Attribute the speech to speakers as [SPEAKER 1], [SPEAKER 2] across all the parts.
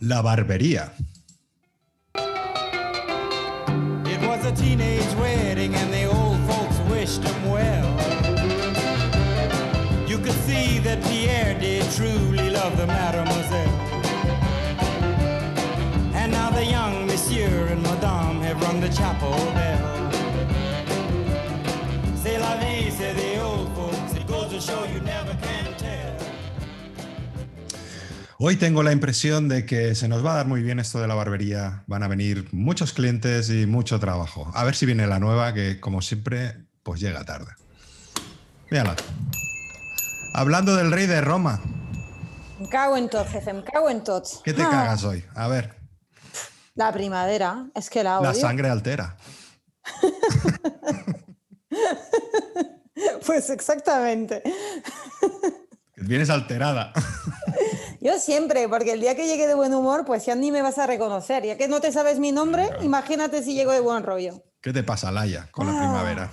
[SPEAKER 1] La barbería.
[SPEAKER 2] It was a teenage wedding and the old folks wished him well. You could see that Pierre did truly love the mademoiselle. And now the young monsieur and madame have rung the chapel bell. C'est la vie, say the old folks. It goes to show you never can tell.
[SPEAKER 1] Hoy tengo la impresión de que se nos va a dar muy bien esto de la barbería. Van a venir muchos clientes y mucho trabajo. A ver si viene la nueva, que como siempre, pues llega tarde. Mírala. Hablando del rey de Roma,
[SPEAKER 3] Me cago en tot, jefe, me cago en tot.
[SPEAKER 1] ¿qué te
[SPEAKER 3] Ah,
[SPEAKER 1] cagas hoy? A ver,
[SPEAKER 3] La primavera, es que la
[SPEAKER 1] la
[SPEAKER 3] odio.
[SPEAKER 1] sangre altera.
[SPEAKER 3] Pues exactamente.
[SPEAKER 1] Vienes alterada.
[SPEAKER 3] Yo siempre, porque el día que llegue de buen humor, pues ya ni me vas a reconocer. Ya que no te sabes mi nombre, imagínate si llego de buen rollo.
[SPEAKER 1] ¿Qué te pasa, Laia, con la
[SPEAKER 3] Ah.
[SPEAKER 1] primavera?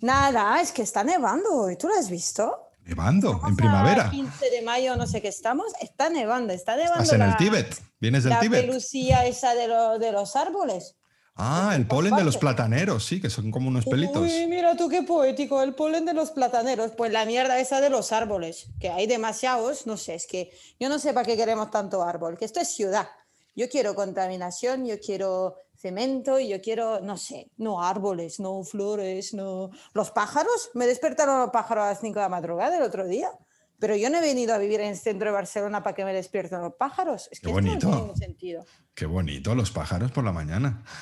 [SPEAKER 3] Nada, es que está nevando hoy, ¿tú lo has visto?
[SPEAKER 1] Nevando, en
[SPEAKER 3] Estamos a
[SPEAKER 1] primavera.
[SPEAKER 3] 15 de mayo, no sé qué estamos, está nevando, está nevando.
[SPEAKER 1] Estás en el
[SPEAKER 3] la-
[SPEAKER 1] Tíbet. Vienes del
[SPEAKER 3] La
[SPEAKER 1] Tíbet.
[SPEAKER 3] pelucía esa de, lo- de los árboles.
[SPEAKER 1] Ah, el polen de los plataneros, sí, que son como unos pelitos.
[SPEAKER 3] Uy, mira tú qué poético, el polen de los plataneros, pues la mierda esa de los árboles, que hay demasiados, no sé, es que yo no sé para qué queremos tanto árbol, que esto es ciudad. Yo quiero contaminación, yo quiero cemento y yo quiero, no sé, no árboles, no flores, no... Los pájaros, me despertaron los pájaros a las 5 de la madrugada el otro día, pero yo no he venido a vivir en el centro de Barcelona para que me despierten los pájaros. Es que
[SPEAKER 1] Qué
[SPEAKER 3] esto no
[SPEAKER 1] bonito.
[SPEAKER 3] tiene ningún sentido.
[SPEAKER 1] Qué bonito, los pájaros por la mañana.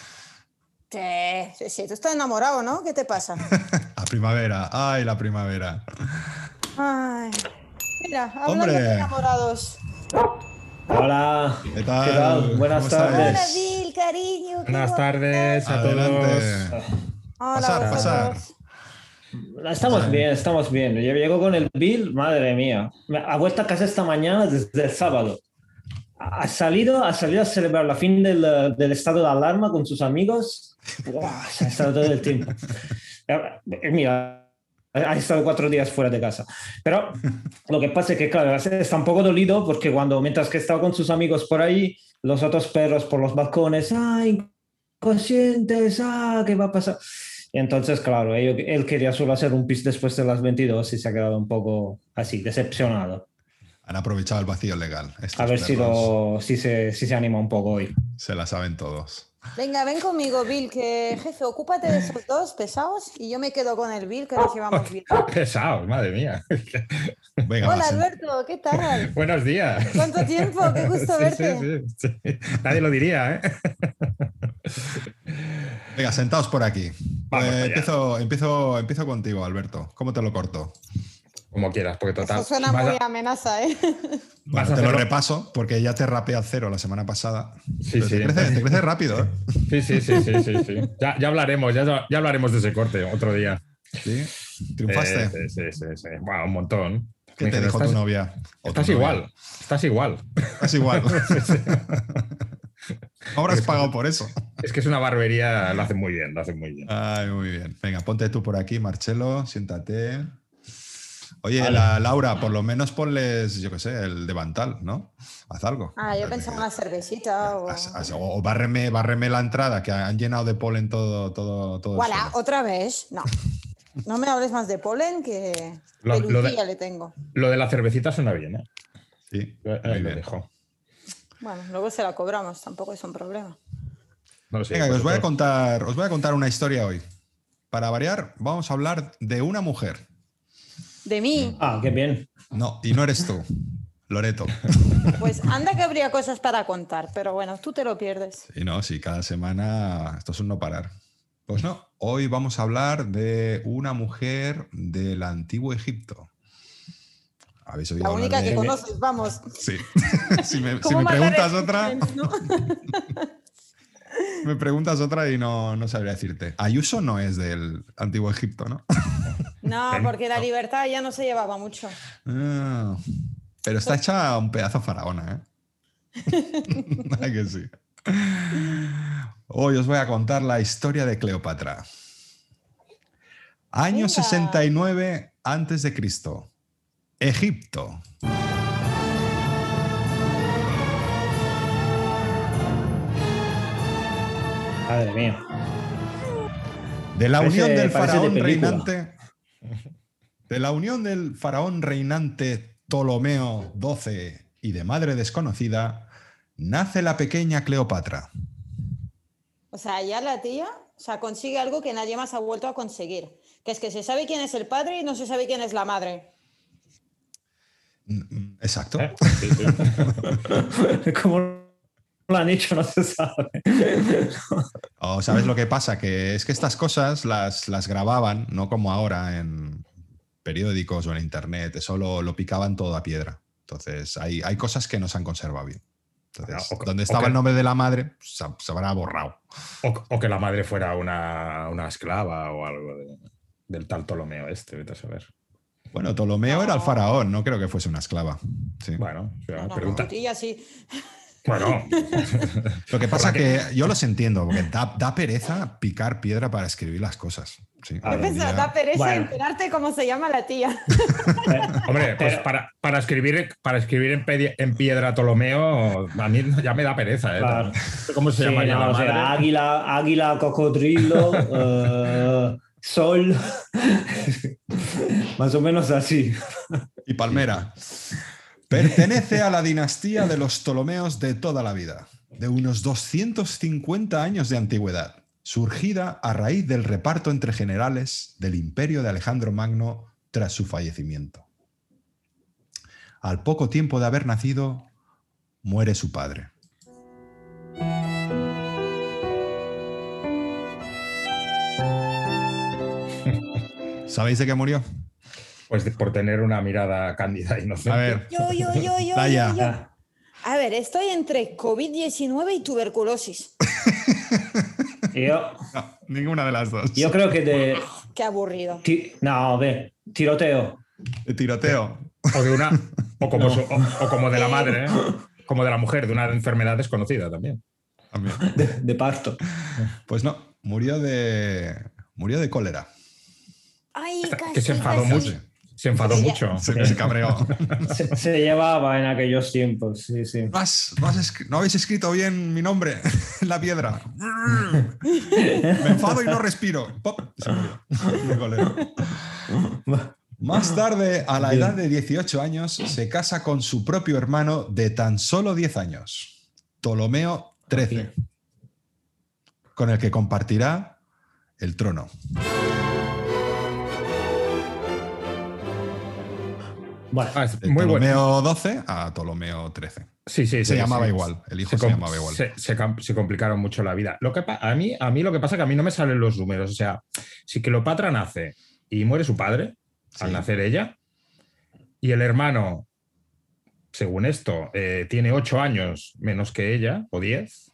[SPEAKER 3] Sí, sí, sí, tú estás enamorado, ¿no? ¿Qué te pasa?
[SPEAKER 1] La primavera, ay, la primavera.
[SPEAKER 3] Ay, mira, hablando
[SPEAKER 1] Hombre.
[SPEAKER 3] de enamorados.
[SPEAKER 4] Hola.
[SPEAKER 1] ¿Qué tal?
[SPEAKER 4] ¿Qué tal? Buenas
[SPEAKER 1] ¿Cómo
[SPEAKER 4] tardes.
[SPEAKER 3] Hola,
[SPEAKER 1] estáis?
[SPEAKER 3] Bill, cariño. qué
[SPEAKER 5] Buenas
[SPEAKER 3] guapo.
[SPEAKER 5] tardes a todos.
[SPEAKER 1] Adelante.
[SPEAKER 3] Hola,
[SPEAKER 1] Pasar,
[SPEAKER 3] vosotros.
[SPEAKER 1] pasar.
[SPEAKER 4] Ah, Estamos bien, estamos bien. Yo llego con el bill, madre mía. Me- Ha vuelto a casa esta mañana desde el sábado. Ha ha salido, ha salido a celebrar la fin del, del estado de alarma con sus amigos. Buah, se ha estado todo el tiempo. Eh, Mira, ha estado cuatro días fuera de casa. Pero lo que pasa es que, claro, está un poco dolido porque cuando, mientras que estaba con sus amigos por ahí, los otros perros por los balcones, ¡ay, conscientes! ¡ah, qué va a pasar! Y entonces, claro, él, él quería solo hacer un pis después de las 22 y se ha quedado un poco así, decepcionado.
[SPEAKER 1] Han aprovechado el vacío legal. Estos
[SPEAKER 4] A ver si,
[SPEAKER 1] perros
[SPEAKER 4] lo, si, se, si se anima un poco hoy.
[SPEAKER 1] Se la saben todos.
[SPEAKER 3] Venga, ven conmigo, Bill, que jefe, ocúpate de esos dos pesados y yo me quedo con el Bill, que nos llevamos bien.
[SPEAKER 5] Pesados, madre mía.
[SPEAKER 1] Venga,
[SPEAKER 3] Hola,
[SPEAKER 1] va, sen-
[SPEAKER 3] Alberto, ¿qué tal?
[SPEAKER 5] Buenos días.
[SPEAKER 3] ¿Cuánto tiempo? Qué gusto
[SPEAKER 5] Sí,
[SPEAKER 3] verte.
[SPEAKER 5] sí, sí, sí. Nadie lo diría, ¿eh?
[SPEAKER 1] venga, sentaos por aquí.
[SPEAKER 5] Vamos
[SPEAKER 1] Eh,
[SPEAKER 5] allá.
[SPEAKER 1] empiezo, empiezo, empiezo contigo, Alberto. ¿cómo te lo corto?
[SPEAKER 5] Como quieras, porque total.
[SPEAKER 3] Eso suena
[SPEAKER 5] vas a-
[SPEAKER 3] muy amenaza, ¿eh?
[SPEAKER 1] Bueno,
[SPEAKER 5] Vas a
[SPEAKER 1] te lo
[SPEAKER 5] hacerlo.
[SPEAKER 1] repaso porque ya te rapé al cero la semana pasada.
[SPEAKER 5] Sí,
[SPEAKER 1] Pero Te,
[SPEAKER 5] sí.
[SPEAKER 1] crece, te crece rápido. ¿eh?
[SPEAKER 5] Sí, sí, sí, sí, sí, sí. Ya, ya hablaremos, ya, ya hablaremos de ese corte otro día.
[SPEAKER 1] Sí, Triunfaste.
[SPEAKER 5] Eh, sí, sí, sí, sí. Buah, un montón.
[SPEAKER 1] ¿Qué
[SPEAKER 5] Me
[SPEAKER 1] te
[SPEAKER 5] dijeron,
[SPEAKER 1] dijo tu
[SPEAKER 5] estás,
[SPEAKER 1] novia? O tu
[SPEAKER 5] estás
[SPEAKER 1] novia.
[SPEAKER 5] igual, estás igual.
[SPEAKER 1] Estás igual. Ahora has pagado por eso.
[SPEAKER 5] Es que es una barbería, lo hacen muy bien, lo hacen muy bien.
[SPEAKER 1] Ay, muy bien. Venga, ponte tú por aquí, Marcelo, siéntate. Oye,
[SPEAKER 4] Vale.
[SPEAKER 1] la Laura, por lo menos ponles, yo qué sé, el devantal, ¿no? Haz algo.
[SPEAKER 3] Ah, yo
[SPEAKER 1] Porque-
[SPEAKER 3] pensaba una cervecita o...
[SPEAKER 1] haz- haz- o o bárreme, bárreme la entrada, que han llenado de polen todo, todo, todo. el
[SPEAKER 3] Voilà,
[SPEAKER 1] suelo.
[SPEAKER 3] otra vez. No, no me hables más de polen, que
[SPEAKER 5] Lo- lo de-
[SPEAKER 3] peluquilla le tengo.
[SPEAKER 5] Lo de la cervecita suena bien, ¿eh?
[SPEAKER 1] Sí, muy
[SPEAKER 5] Ahí lo
[SPEAKER 1] bien.
[SPEAKER 5] dejo.
[SPEAKER 3] Bueno, luego se la cobramos, tampoco es un problema.
[SPEAKER 5] No lo sé, pues,
[SPEAKER 1] Venga, que os voy a
[SPEAKER 5] vosotros-
[SPEAKER 1] contar, os voy a contar una historia hoy. Para variar, vamos a hablar de una mujer.
[SPEAKER 3] De mí,
[SPEAKER 4] Ah, qué bien.
[SPEAKER 1] No, y no eres tú, Loreto.
[SPEAKER 3] pues anda que habría cosas para contar, pero bueno, tú te lo pierdes.
[SPEAKER 1] Y no, sí, cada semana esto es un no parar. Pues no, hoy vamos a hablar de una mujer del antiguo Egipto. ¿Habéis oído
[SPEAKER 3] La
[SPEAKER 1] hablar
[SPEAKER 3] única
[SPEAKER 1] de-
[SPEAKER 3] que conoces, vamos.
[SPEAKER 1] Sí. si me, si
[SPEAKER 3] ¿Cómo
[SPEAKER 1] me
[SPEAKER 3] matar
[SPEAKER 1] preguntas
[SPEAKER 3] el
[SPEAKER 1] otra,
[SPEAKER 3] Siemens, no?
[SPEAKER 1] me preguntas otra y no, no sabría decirte. Ayuso no es del antiguo Egipto, ¿no?
[SPEAKER 3] No, porque la libertad ya no se llevaba mucho.
[SPEAKER 1] Ah, Pero está hecha un pedazo faraona, ¿eh? ¿A que sí? Hoy os voy a contar la historia de Cleopatra. Año
[SPEAKER 3] Venga.
[SPEAKER 1] 69 antes de Cristo. Egipto.
[SPEAKER 4] Madre mía.
[SPEAKER 1] De la
[SPEAKER 4] Parece-
[SPEAKER 1] unión del
[SPEAKER 4] parece de
[SPEAKER 1] faraón
[SPEAKER 4] película.
[SPEAKER 1] reinante. De la unión del faraón reinante Ptolomeo XII y de madre desconocida, nace la pequeña Cleopatra.
[SPEAKER 3] O sea, ya la tía o sea, consigue algo que nadie más ha vuelto a conseguir. Que es que se sabe quién es el padre y no se sabe quién es la madre.
[SPEAKER 1] Mm, mm, Exacto.
[SPEAKER 5] ¿Eh? Sí, sí.
[SPEAKER 4] ¿Cómo lo han hecho? No se sabe.
[SPEAKER 1] O sabes lo que pasa, que es que estas cosas las, las grababan, no como ahora en periódicos o en internet, eso lo, lo picaban todo a piedra. Entonces, hay, hay cosas que no se han conservado bien. Entonces,
[SPEAKER 5] Ah, ok,
[SPEAKER 1] donde estaba
[SPEAKER 5] ok.
[SPEAKER 1] el nombre de la madre, pues, se, se habrá borrado.
[SPEAKER 5] O, o que la madre fuera una, una esclava o algo de- del tal Ptolomeo este, vete a saber.
[SPEAKER 1] Bueno, Ptolomeo era el
[SPEAKER 3] No.
[SPEAKER 1] faraón, no creo que fuese una esclava. Sí.
[SPEAKER 5] Bueno, o sea,
[SPEAKER 3] No, no,
[SPEAKER 5] pregunta.
[SPEAKER 3] putilla, sí.
[SPEAKER 5] Bueno,
[SPEAKER 1] Lo que pasa que yo los entiendo, porque da, da pereza picar piedra para escribir las cosas. Sí,
[SPEAKER 5] Ah,
[SPEAKER 1] hoy
[SPEAKER 3] Yo
[SPEAKER 1] en
[SPEAKER 3] pensaba,
[SPEAKER 1] día-
[SPEAKER 3] Pues, da pereza
[SPEAKER 4] Bueno.
[SPEAKER 3] enterarte cómo se llama la tía.
[SPEAKER 4] Eh,
[SPEAKER 5] hombre, pues
[SPEAKER 4] Pero-
[SPEAKER 5] para, para escribir, para escribir en, pedi- en piedra Ptolomeo, a mí ya me da pereza. ¿eh?
[SPEAKER 4] Claro.
[SPEAKER 5] ¿Cómo se
[SPEAKER 4] Sí,
[SPEAKER 5] llamaría
[SPEAKER 4] no,
[SPEAKER 5] la
[SPEAKER 4] o sea,
[SPEAKER 5] madre?
[SPEAKER 4] águila, águila, cocodrilo, eh, sol. Más o menos así.
[SPEAKER 1] y Palmera. Pertenece a la dinastía de los Ptolomeos de toda la vida, de unos 250 años de antigüedad, surgida a raíz del reparto entre generales del imperio de Alejandro Magno tras su fallecimiento. Al poco tiempo de haber nacido, muere su padre. ¿Sabéis de qué murió?
[SPEAKER 5] Pues de- por tener una mirada cándida e inocente.
[SPEAKER 1] A ver,
[SPEAKER 3] Yo, yo, yo, yo,
[SPEAKER 1] Vaya.
[SPEAKER 3] yo, yo.
[SPEAKER 4] Ah,
[SPEAKER 3] A ver, estoy entre COVID-19 y tuberculosis.
[SPEAKER 4] Yo,
[SPEAKER 1] No, ninguna de las dos.
[SPEAKER 4] yo creo que de.
[SPEAKER 3] Qué aburrido.
[SPEAKER 4] ti- no, a ver, tiroteo.
[SPEAKER 1] De tiroteo.
[SPEAKER 5] O de una. O como, su- o- o como de la madre, ¿eh? como de la mujer, de una enfermedad desconocida también.
[SPEAKER 1] También.
[SPEAKER 4] De, de parto.
[SPEAKER 1] Pues no, murió de. Murió de cólera.
[SPEAKER 3] Ay, casi.
[SPEAKER 5] Que se enfadó
[SPEAKER 3] casi.
[SPEAKER 5] mucho. Se enfadó
[SPEAKER 3] Sí, ya.
[SPEAKER 5] mucho.
[SPEAKER 1] Se, se cabreó.
[SPEAKER 4] Se, se llevaba en aquellos tiempos, sí, sí.
[SPEAKER 1] No, has- no has escri- no habéis escrito bien mi nombre en la piedra. Me enfado y no respiro. Pop, se murió de cólera. Más tarde, a la edad de 18 años, se casa con su propio hermano de tan solo 10 años, Ptolomeo XIII, con el que compartirá el trono.
[SPEAKER 4] Bueno,
[SPEAKER 5] Ah, es
[SPEAKER 1] De
[SPEAKER 5] muy bueno.
[SPEAKER 1] Ptolomeo XII a Ptolomeo XIII.
[SPEAKER 5] Sí, sí,
[SPEAKER 1] Se
[SPEAKER 5] sí,
[SPEAKER 1] llamaba
[SPEAKER 5] sí.
[SPEAKER 1] igual, el hijo se,
[SPEAKER 5] com-
[SPEAKER 1] llamaba igual.
[SPEAKER 5] Se, se cam- se complicaron mucho la vida. Lo que pa- a, mí, a mí lo que pasa es que a mí no me salen los números. O sea, si Cleopatra nace y muere su padre al
[SPEAKER 1] Sí.
[SPEAKER 5] nacer ella, y el hermano, según esto, eh, tiene ocho años menos que ella, o diez,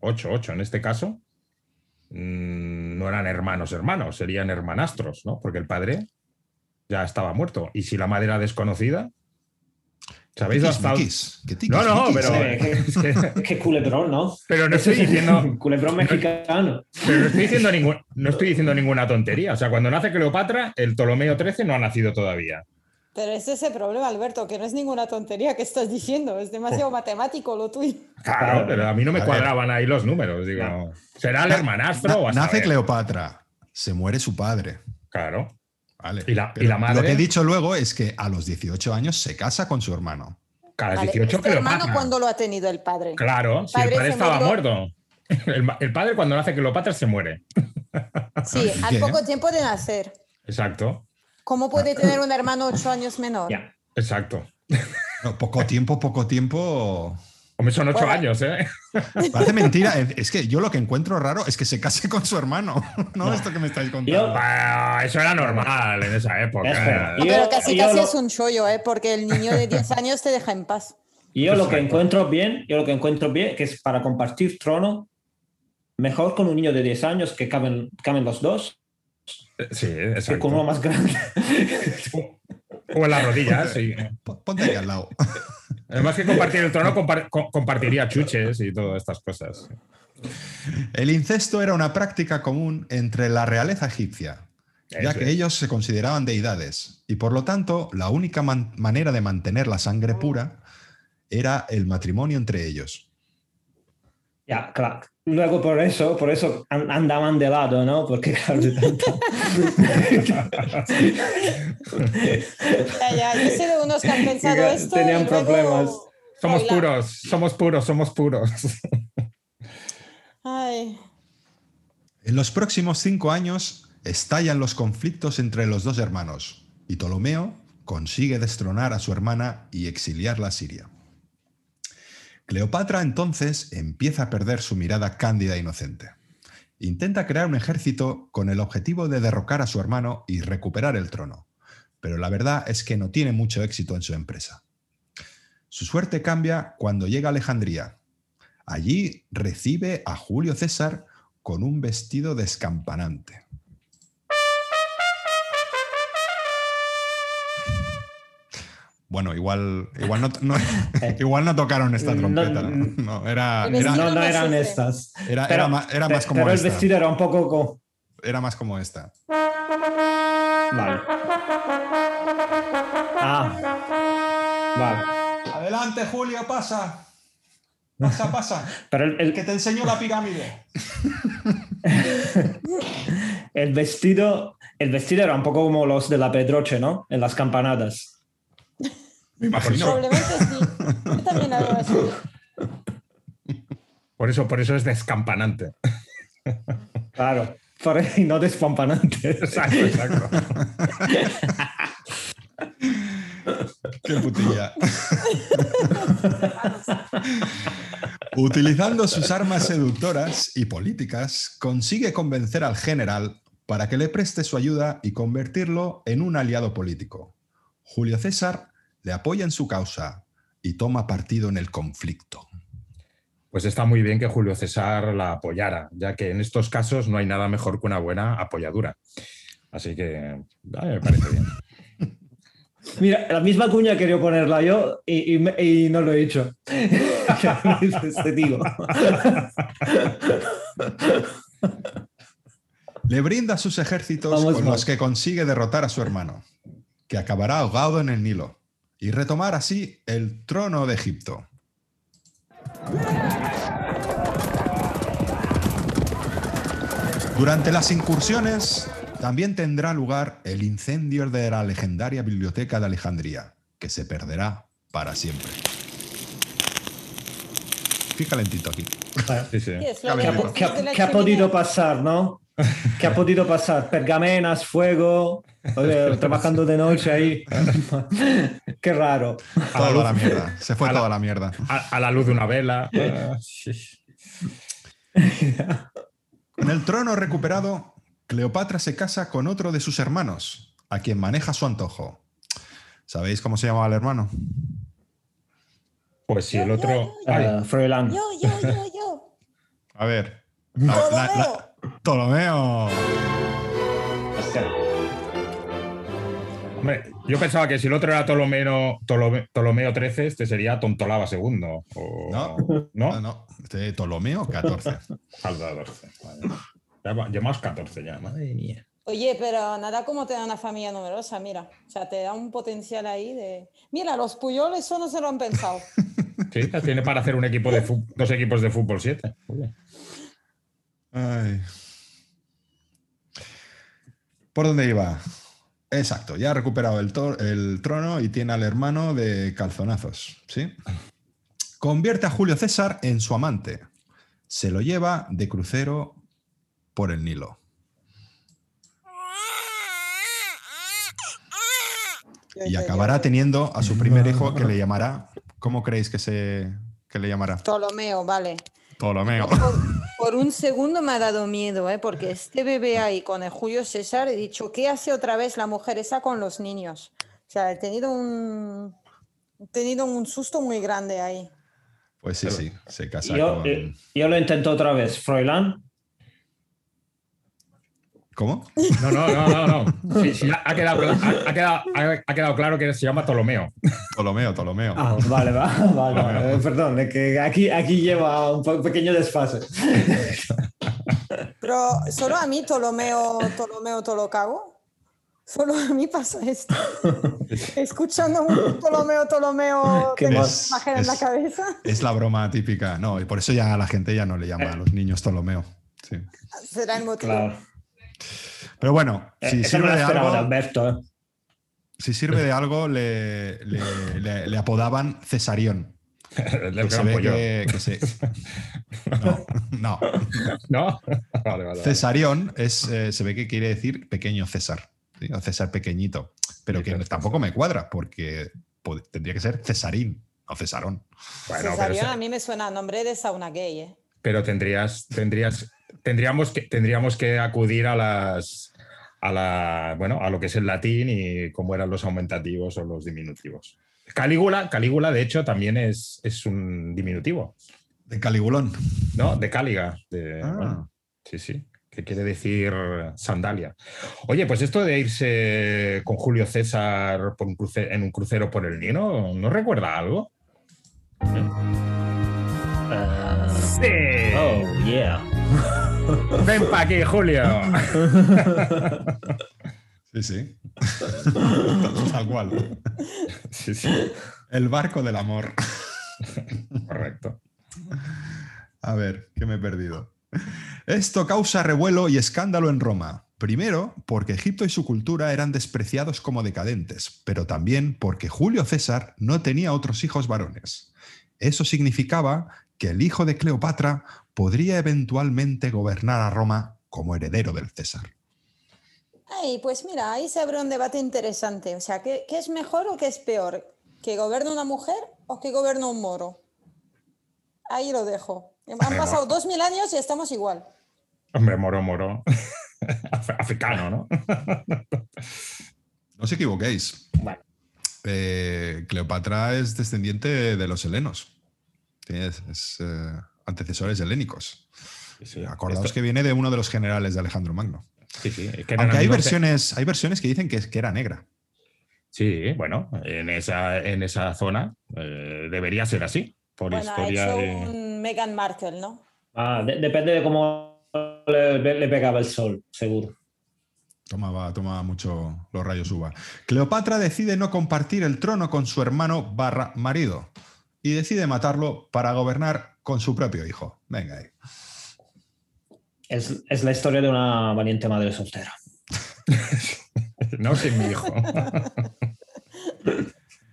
[SPEAKER 5] ocho, ocho en este caso, mm, no eran hermanos hermanos, serían hermanastros, ¿no? Porque el padre ya estaba muerto. Y si la madre era desconocida, ¿sabéis hasta
[SPEAKER 1] Tiquis, miquis, que tiquis,
[SPEAKER 5] No, no,
[SPEAKER 1] miquis,
[SPEAKER 5] pero-
[SPEAKER 1] eh.
[SPEAKER 5] es que-
[SPEAKER 4] qué culebrón, ¿no?
[SPEAKER 5] Pero no estoy
[SPEAKER 4] Ese es el
[SPEAKER 5] diciendo,
[SPEAKER 4] Culebrón mexicano.
[SPEAKER 5] pero no estoy diciendo ningún- no estoy diciendo ninguna tontería. O sea, cuando nace Cleopatra, el Ptolomeo XIII no ha nacido todavía.
[SPEAKER 3] Pero es ese problema, Alberto, que no es ninguna tontería que estás diciendo. Es
[SPEAKER 4] Oh.
[SPEAKER 3] demasiado matemático lo tuyo.
[SPEAKER 5] Claro, pero a mí no me
[SPEAKER 1] A ver.
[SPEAKER 5] cuadraban ahí los números. Digo,
[SPEAKER 4] No.
[SPEAKER 5] será el hermanastro o a
[SPEAKER 1] Nace
[SPEAKER 5] saber?
[SPEAKER 1] Cleopatra, se muere su padre.
[SPEAKER 5] Claro.
[SPEAKER 1] Vale.
[SPEAKER 5] ¿Y la- y
[SPEAKER 1] Pero
[SPEAKER 5] la madre?
[SPEAKER 1] Lo que he dicho luego es que a los 18 años se casa con su hermano.
[SPEAKER 5] Cada
[SPEAKER 3] Vale,
[SPEAKER 5] 18
[SPEAKER 3] este hermano
[SPEAKER 5] Cleopatra.
[SPEAKER 3] cuándo lo ha tenido el padre?
[SPEAKER 5] Claro, si el
[SPEAKER 3] padre
[SPEAKER 5] padre
[SPEAKER 3] se
[SPEAKER 5] estaba
[SPEAKER 3] murió.
[SPEAKER 5] muerto. El, ma- el padre cuando nace Cleopatra se muere.
[SPEAKER 3] Sí, al
[SPEAKER 1] Bien.
[SPEAKER 4] ¿eh?
[SPEAKER 3] poco tiempo de nacer.
[SPEAKER 5] Exacto,
[SPEAKER 3] ¿Cómo puede tener un hermano ocho años menor?
[SPEAKER 4] Ya.
[SPEAKER 5] exacto.
[SPEAKER 1] No, poco tiempo, poco tiempo.
[SPEAKER 5] Hombre, son ocho
[SPEAKER 3] Bueno.
[SPEAKER 5] años, ¿eh?
[SPEAKER 1] Parece mentira. Es es que yo lo que encuentro raro es que se case con su hermano. No, esto que me estáis contando.
[SPEAKER 5] Bueno, eso era normal en esa época.
[SPEAKER 4] Espera, y-
[SPEAKER 3] Ah, Pero
[SPEAKER 4] Yo-
[SPEAKER 3] casi
[SPEAKER 4] yo
[SPEAKER 3] casi
[SPEAKER 4] lo-
[SPEAKER 3] es un chollo, ¿eh? Porque el niño de 10 años te deja en paz.
[SPEAKER 4] Y yo lo que encuentro bien, yo lo que encuentro bien, que es para compartir trono, mejor con un niño de 10 años que caben, caben los dos,
[SPEAKER 5] Sí,
[SPEAKER 4] que con uno
[SPEAKER 5] exacto.
[SPEAKER 4] más grande.
[SPEAKER 5] O en las rodillas, sí.
[SPEAKER 1] P- Ponte aquí al lado.
[SPEAKER 5] Además que compartir el trono compar- co- compartiría chuches y todas estas cosas.
[SPEAKER 1] El incesto era una práctica común entre la realeza egipcia, ya
[SPEAKER 5] Eso
[SPEAKER 1] que
[SPEAKER 5] es.
[SPEAKER 1] ellos se consideraban deidades y por lo tanto la única man- manera de mantener la sangre pura era el matrimonio entre ellos.
[SPEAKER 4] Ya, claro. Luego por eso, por eso an- andaban de lado, ¿no? Porque claro, de tanto-
[SPEAKER 3] Ya, ya, yo sé de unos que han pensado
[SPEAKER 4] Tenía-
[SPEAKER 3] esto.
[SPEAKER 4] tenían
[SPEAKER 3] y luego
[SPEAKER 4] problemas.
[SPEAKER 5] Somos
[SPEAKER 3] bailar.
[SPEAKER 5] puros, somos puros, somos puros.
[SPEAKER 3] Ay,
[SPEAKER 1] En los próximos cinco años estallan los conflictos entre los dos hermanos y Ptolomeo consigue destronar a su hermana y exiliarla a Siria. Cleopatra entonces empieza a perder su mirada cándida e inocente. Intenta crear un ejército con el objetivo de derrocar a su hermano y recuperar el trono, pero la verdad es que no tiene mucho éxito en su empresa. Su suerte cambia cuando llega a Alejandría. Allí recibe a Julio César con un vestido descampanante. Bueno, igual, igual, no, no- igual no tocaron esta
[SPEAKER 4] No,
[SPEAKER 1] trompeta. No,
[SPEAKER 4] no.
[SPEAKER 1] No, era,
[SPEAKER 3] El
[SPEAKER 1] era,
[SPEAKER 3] vestido
[SPEAKER 4] no, no
[SPEAKER 3] más
[SPEAKER 4] eran
[SPEAKER 3] ese.
[SPEAKER 4] estas.
[SPEAKER 1] era- era
[SPEAKER 4] Pero-
[SPEAKER 1] ma- era
[SPEAKER 4] pe-
[SPEAKER 1] más como
[SPEAKER 4] pero el
[SPEAKER 1] esta.
[SPEAKER 4] vestido era un poco co-
[SPEAKER 1] Era más como esta.
[SPEAKER 4] Vale. Ah. Vale.
[SPEAKER 1] Adelante, Julio, pasa. Pasa, pasa.
[SPEAKER 4] Pero el, el-
[SPEAKER 1] te enseño la pirámide.
[SPEAKER 4] el vestido, el vestido era un poco como los de la Pedroche, ¿no? En las campanadas.
[SPEAKER 1] Me imagino.
[SPEAKER 3] Probablemente sí. Yo también hago así.
[SPEAKER 5] Por eso, por eso es descampanante.
[SPEAKER 4] Claro. Por- Y no despampanante.
[SPEAKER 5] Exacto, exacto.
[SPEAKER 1] Qué putilla. Utilizando sus armas seductoras y políticas, consigue convencer al general para que le preste su ayuda y convertirlo en un aliado político. Julio César le apoya en su causa y toma partido en el conflicto.
[SPEAKER 5] Pues está muy bien que Julio César la apoyara, ya que en estos casos no hay nada mejor que una buena apoyadura. Así que a mí me parece bien.
[SPEAKER 4] Mira, la misma cuña quería ponerla yo y, y me- y no lo he hecho. Te digo.
[SPEAKER 1] Le brinda sus ejércitos
[SPEAKER 4] Vamos
[SPEAKER 1] con
[SPEAKER 4] mal.
[SPEAKER 1] los que consigue derrotar a su hermano, que acabará ahogado en el Nilo, y retomar así el trono de Egipto. Durante las incursiones también tendrá lugar el incendio de la legendaria biblioteca de Alejandría, que se perderá para siempre. Fíjate lentito aquí.
[SPEAKER 5] Sí, sí.
[SPEAKER 3] ¿Qué es lo
[SPEAKER 1] Cabe
[SPEAKER 3] que
[SPEAKER 4] ¿Qué ha,
[SPEAKER 1] decir.
[SPEAKER 3] haces de
[SPEAKER 4] qué ha-
[SPEAKER 3] pues, la
[SPEAKER 4] qué ha
[SPEAKER 3] chimenea?
[SPEAKER 4] podido pasar, no? ¿Qué ha podido pasar? Pergamenas, fuego, oye, trabajando de noche ahí. Qué raro.
[SPEAKER 5] la
[SPEAKER 1] Toda
[SPEAKER 5] luz.
[SPEAKER 1] la mierda. Se fue
[SPEAKER 5] A la-
[SPEAKER 1] toda la mierda.
[SPEAKER 5] A, a la luz de una vela. Ah, sí.
[SPEAKER 1] Con el trono recuperado, Cleopatra se casa con otro de sus hermanos, a quien maneja su antojo. ¿Sabéis cómo se llamaba el hermano?
[SPEAKER 5] Pues si el
[SPEAKER 3] Yo,
[SPEAKER 5] otro.
[SPEAKER 3] yo,
[SPEAKER 5] Ay,
[SPEAKER 4] Ah, Froilán.
[SPEAKER 3] Yo, yo, yo, yo.
[SPEAKER 1] A ver. la- la- la- Ptolomeo.
[SPEAKER 5] hombre, yo pensaba que si el otro era Ptolomeo, Ptolome- Ptolomeo XIII, este sería Tontolaba II. o-
[SPEAKER 1] No.
[SPEAKER 5] ¿No?
[SPEAKER 1] No, no. Este Ptolomeo 14.
[SPEAKER 5] Falta 12. Vale. Ya va- Llevamos 14 ya, madre mía.
[SPEAKER 3] Oye, pero nada como te da una familia numerosa, mira. O sea, te da un potencial ahí de. Mira, los Puyoles eso no se lo han pensado.
[SPEAKER 5] Sí, ya tiene para hacer un equipo de fu- dos equipos de fútbol 7.
[SPEAKER 1] Ay. ¿Por dónde iba? Exacto, ya ha recuperado el, to- el trono y tiene al hermano de calzonazos, ¿sí? Convierte a Julio César en su amante. Se lo lleva de crucero por el Nilo.
[SPEAKER 3] Yo
[SPEAKER 1] Y
[SPEAKER 3] te
[SPEAKER 1] acabará
[SPEAKER 3] digo.
[SPEAKER 1] teniendo a su primer hijo que le llamará. ¿Cómo creéis que se que le llamará?
[SPEAKER 3] Ptolomeo, vale.
[SPEAKER 1] Ptolomeo.
[SPEAKER 3] Por, por un segundo me ha dado miedo, ¿eh? porque este bebé ahí con el Julio César, he dicho, ¿qué hace otra vez la mujer esa con los niños? O sea, he tenido un, he tenido un susto muy grande ahí.
[SPEAKER 1] Pues sí, sí, se casa
[SPEAKER 4] Yo, eh,
[SPEAKER 1] con.
[SPEAKER 4] yo lo intento otra vez. Froilán.
[SPEAKER 1] ¿Cómo?
[SPEAKER 5] No, no, no, no. no. Sí, sí, ha, quedado, ha, ha quedado, ha- ha quedado claro que se llama Ptolomeo.
[SPEAKER 1] Ptolomeo, Ptolomeo.
[SPEAKER 4] Ah, vale, va, vale.
[SPEAKER 1] Vale,
[SPEAKER 4] vale.
[SPEAKER 1] vale.
[SPEAKER 4] Eh, Perdón, es que aquí, aquí lleva un po- pequeño desfase.
[SPEAKER 3] Pero solo a mí Ptolomeo, Ptolomeo, Tolocago. Solo a mí pasa esto. Escuchando un Ptolomeo, Ptolomeo,
[SPEAKER 4] Qué
[SPEAKER 3] tengo
[SPEAKER 1] más.
[SPEAKER 3] esa imagen en la
[SPEAKER 1] Es-
[SPEAKER 3] cabeza.
[SPEAKER 1] Es la broma típica. No, y por eso ya la gente ya no le llama a los niños Ptolomeo. Sí.
[SPEAKER 3] Será el motivo.
[SPEAKER 4] Claro.
[SPEAKER 1] Pero bueno,
[SPEAKER 4] Eh,
[SPEAKER 1] si
[SPEAKER 4] esa no
[SPEAKER 1] sirve
[SPEAKER 4] la
[SPEAKER 1] de
[SPEAKER 4] esperaba de
[SPEAKER 1] algo,
[SPEAKER 4] Alberto. eh.
[SPEAKER 1] si sirve de algo le, le- le- le apodaban Cesarión.
[SPEAKER 5] El
[SPEAKER 1] Que se
[SPEAKER 5] gran
[SPEAKER 1] ve
[SPEAKER 5] pollo.
[SPEAKER 1] que- que se- No, no.
[SPEAKER 5] ¿No? Vale, vale. vale.
[SPEAKER 1] Cesarión es, eh, se ve que quiere decir pequeño César, ¿sí? o César pequeñito, pero que
[SPEAKER 5] Pequeño
[SPEAKER 1] tampoco me cuadra porque pod- tendría que ser Cesarín o Cesarón.
[SPEAKER 5] Bueno, pero,
[SPEAKER 3] Cesarión a
[SPEAKER 5] se-
[SPEAKER 3] mí me suena a nombre de sauna gay, ¿eh?
[SPEAKER 5] pero tendrías, tendrías, tendríamos que, tendríamos que acudir a las a la bueno a lo que es el latín y cómo eran los aumentativos o los diminutivos. Calígula, Calígula, de hecho, también es, es un diminutivo,
[SPEAKER 1] De Caligulón.
[SPEAKER 5] ¿no? De Cáliga. de-
[SPEAKER 1] Ah.
[SPEAKER 5] bueno, Sí, sí. Que quiere decir sandalia. Oye, pues esto de irse con Julio César por un cruce- en un crucero por el Nino, ¿no recuerda algo?
[SPEAKER 4] Ah,
[SPEAKER 5] Sí.
[SPEAKER 4] oh, yeah.
[SPEAKER 5] Ven pa' aquí, Julio.
[SPEAKER 1] Sí, sí. Tal cual.
[SPEAKER 5] Sí, sí,
[SPEAKER 1] El barco del amor.
[SPEAKER 5] correcto.
[SPEAKER 1] A ver, que me he perdido. Esto causa revuelo y escándalo en Roma. Primero, porque Egipto y su cultura eran despreciados como decadentes, pero también porque Julio César no tenía otros hijos varones. Eso significaba que el hijo de Cleopatra podría eventualmente gobernar a Roma como heredero del César.
[SPEAKER 3] Ay, pues mira, ahí se abre un debate interesante. O sea, ¿qué, qué es mejor o qué es peor? ¿Que gobierne una mujer o que gobierne un moro? Ahí lo dejo. Han
[SPEAKER 5] Venga.
[SPEAKER 3] pasado dos mil años y estamos igual.
[SPEAKER 5] Hombre, moro, moro. Af- Africano, ¿no?
[SPEAKER 1] No os equivoquéis.
[SPEAKER 4] Bueno.
[SPEAKER 1] Eh, Cleopatra es descendiente de los helenos. Es, es, eh, antecesores helénicos. Acordaos
[SPEAKER 5] Esto-
[SPEAKER 1] que viene de uno de los generales de Alejandro Magno.
[SPEAKER 5] sí, sí, es que eran
[SPEAKER 1] Aunque hay
[SPEAKER 5] amigos de-
[SPEAKER 1] versiones, hay versiones que dicen que, es- que era negra.
[SPEAKER 5] Sí, bueno, en esa, en esa zona eh, debería ser así, por
[SPEAKER 3] Bueno, ha
[SPEAKER 5] historia
[SPEAKER 3] hecho
[SPEAKER 5] de...
[SPEAKER 3] un Meghan Markle, ¿no?
[SPEAKER 4] Ah, de- depende de cómo le, le pegaba el sol, seguro.
[SPEAKER 1] Tomaba, tomaba mucho los rayos uva. Cleopatra decide no compartir el trono con su hermano barra marido y decide matarlo para gobernar con su propio hijo. Venga ahí.
[SPEAKER 4] Es, es la historia de una valiente madre soltera.
[SPEAKER 5] No sin mi hijo.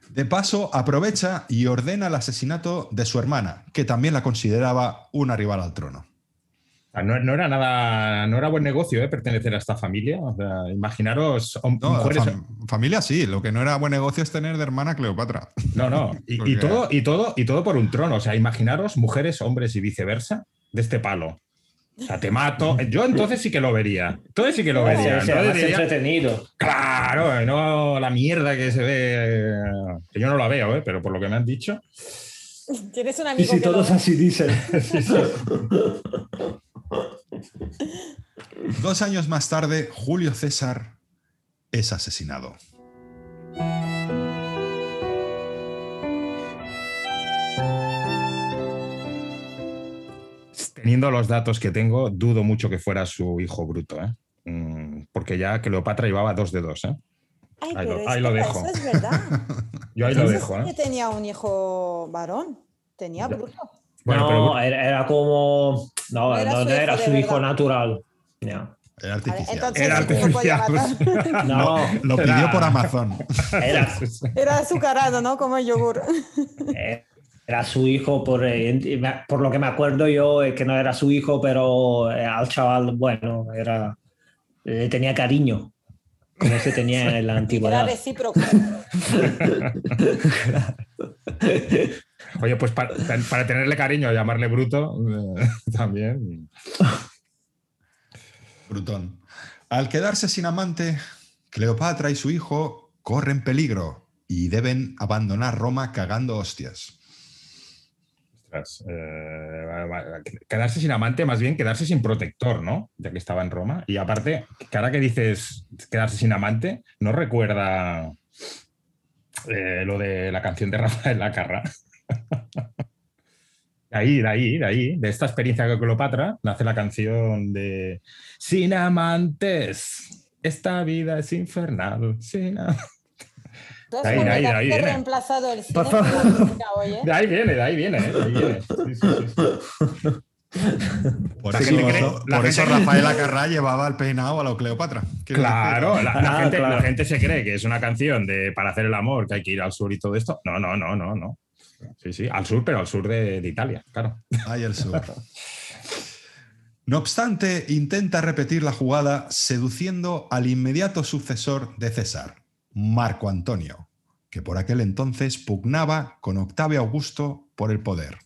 [SPEAKER 1] De paso, aprovecha y ordena el asesinato de su hermana, que también la consideraba una rival al trono.
[SPEAKER 5] No, no era nada, no era buen negocio eh, pertenecer a esta familia. O sea, imaginaros hom-
[SPEAKER 1] No,
[SPEAKER 5] mujeres-
[SPEAKER 1] fam- familia sí, lo que no era buen negocio es tener de hermana a Cleopatra.
[SPEAKER 5] No, no. Y, y
[SPEAKER 1] Porque-
[SPEAKER 5] todo, y, todo, y todo por un trono. O sea, imaginaros mujeres, hombres y viceversa de este palo. O sea, te mato. Yo entonces sí que lo vería. Entonces sí que lo
[SPEAKER 4] Sí,
[SPEAKER 5] vería.
[SPEAKER 4] sí, además
[SPEAKER 5] Entonces diría,
[SPEAKER 4] entretenido.
[SPEAKER 5] claro, no la mierda que se ve. eh, Que yo no la veo, eh, pero por lo que me han dicho.
[SPEAKER 3] Tienes un
[SPEAKER 4] Y
[SPEAKER 3] amigo
[SPEAKER 4] si
[SPEAKER 3] que lo
[SPEAKER 4] todos
[SPEAKER 3] ve.
[SPEAKER 4] así dicen.
[SPEAKER 1] Dos años más tarde, Julio César es asesinado.
[SPEAKER 5] Teniendo los datos que tengo, dudo mucho que fuera su hijo bruto. ¿eh? Mm, Porque ya Cleopatra llevaba dos dedos. ¿eh?
[SPEAKER 3] Ay,
[SPEAKER 5] Ahí lo-
[SPEAKER 3] pero es
[SPEAKER 5] ahí lo
[SPEAKER 3] que
[SPEAKER 5] dejo.
[SPEAKER 3] Eso es verdad.
[SPEAKER 5] Yo ahí lo
[SPEAKER 3] Entonces
[SPEAKER 5] dejo.
[SPEAKER 3] sí
[SPEAKER 5] ¿eh?
[SPEAKER 3] que tenía un hijo varón. Tenía
[SPEAKER 5] Ya.
[SPEAKER 3] bruto.
[SPEAKER 5] Bueno,
[SPEAKER 4] no,
[SPEAKER 5] pero-
[SPEAKER 4] era, era como. No,
[SPEAKER 3] No era
[SPEAKER 4] no
[SPEAKER 3] su
[SPEAKER 4] era
[SPEAKER 3] hijo de
[SPEAKER 4] su hijo
[SPEAKER 3] verdad.
[SPEAKER 4] natural. Ya.
[SPEAKER 1] Era
[SPEAKER 3] Vale,
[SPEAKER 1] artificial.
[SPEAKER 3] Entonces
[SPEAKER 5] Era
[SPEAKER 3] sí que lo podía
[SPEAKER 5] artificial. pues.
[SPEAKER 3] matar.
[SPEAKER 4] No,
[SPEAKER 1] Lo
[SPEAKER 5] Era-
[SPEAKER 1] pidió por Amazon.
[SPEAKER 4] era,
[SPEAKER 3] Era azucarado, ¿no? Como el yogur.
[SPEAKER 4] era su hijo, por, eh, por lo que me acuerdo yo, eh, que no era su hijo, pero eh, al chaval, bueno, era, le tenía cariño, como se tenía en la
[SPEAKER 3] Era
[SPEAKER 4] antigüedad.
[SPEAKER 3] recíproco.
[SPEAKER 5] Oye, pues para, para tenerle cariño, llamarle bruto eh, también.
[SPEAKER 1] Brutón. Al quedarse sin amante, Cleopatra y su hijo corren peligro y deben abandonar Roma cagando hostias.
[SPEAKER 5] Ostras, eh, va- va- quedarse sin amante, más bien quedarse sin protector, ¿no? Ya que estaba en Roma. Y aparte, que ahora que dices quedarse sin amante, no recuerda eh, lo de la canción de Rafael Lacarra. De ahí, de ahí, de ahí, de esta experiencia con Cleopatra, nace la canción de Sin amantes, esta vida es infernal. Sin am-
[SPEAKER 3] Dos
[SPEAKER 5] Ahí,
[SPEAKER 3] por
[SPEAKER 5] ahí,
[SPEAKER 3] la
[SPEAKER 5] ahí
[SPEAKER 3] que he
[SPEAKER 5] viene.
[SPEAKER 3] reemplazado el cine
[SPEAKER 4] Por
[SPEAKER 3] por la
[SPEAKER 4] favor.
[SPEAKER 3] música hoy, ¿eh?
[SPEAKER 5] De ahí viene, de ahí viene, ¿eh? de ahí viene. Sí, sí, sí, sí.
[SPEAKER 1] Por
[SPEAKER 5] La
[SPEAKER 1] eso,
[SPEAKER 5] gente cree-
[SPEAKER 1] por
[SPEAKER 5] la
[SPEAKER 1] eso
[SPEAKER 5] gente-
[SPEAKER 1] Rafael Acarrá llevaba el peinado a la Cleopatra. Quiero
[SPEAKER 5] Claro, la, la
[SPEAKER 4] Ah,
[SPEAKER 5] gente,
[SPEAKER 4] claro.
[SPEAKER 5] la gente se cree que es una canción de para hacer el amor, que hay que ir al sur y todo esto. No, no, no, no, no. Sí, sí, al sur, pero al sur de, de Italia, claro.
[SPEAKER 1] decir, ahí el sur. No obstante, intenta repetir la jugada seduciendo al inmediato sucesor de César, Marco Antonio, que por aquel entonces pugnaba con Octavio Augusto por el poder.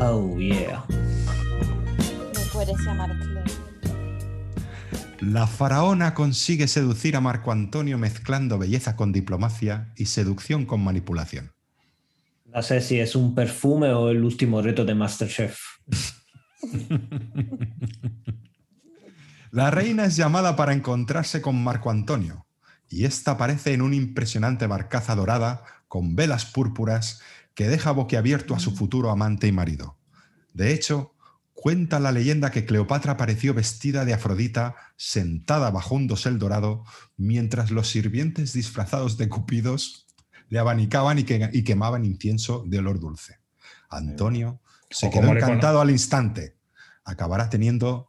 [SPEAKER 4] Oh, yeah.
[SPEAKER 3] Me puedes llamar Claire.
[SPEAKER 1] La faraona consigue seducir a Marco Antonio mezclando belleza con diplomacia y seducción con manipulación.
[SPEAKER 4] No sé si es un perfume o el último reto de Masterchef.
[SPEAKER 1] La reina es llamada para encontrarse con Marco Antonio, y ésta aparece en una impresionante barcaza dorada con velas púrpuras que deja boquiabierto a
[SPEAKER 5] Mm.
[SPEAKER 1] su futuro amante y marido. De hecho, cuenta la leyenda que Cleopatra apareció vestida de Afrodita, sentada bajo un dosel dorado, mientras los sirvientes disfrazados de cupidos le abanicaban y, que- y quemaban incienso de olor dulce. Antonio se
[SPEAKER 5] O
[SPEAKER 1] quedó
[SPEAKER 5] como le cono-
[SPEAKER 1] encantado al instante. Acabará teniendo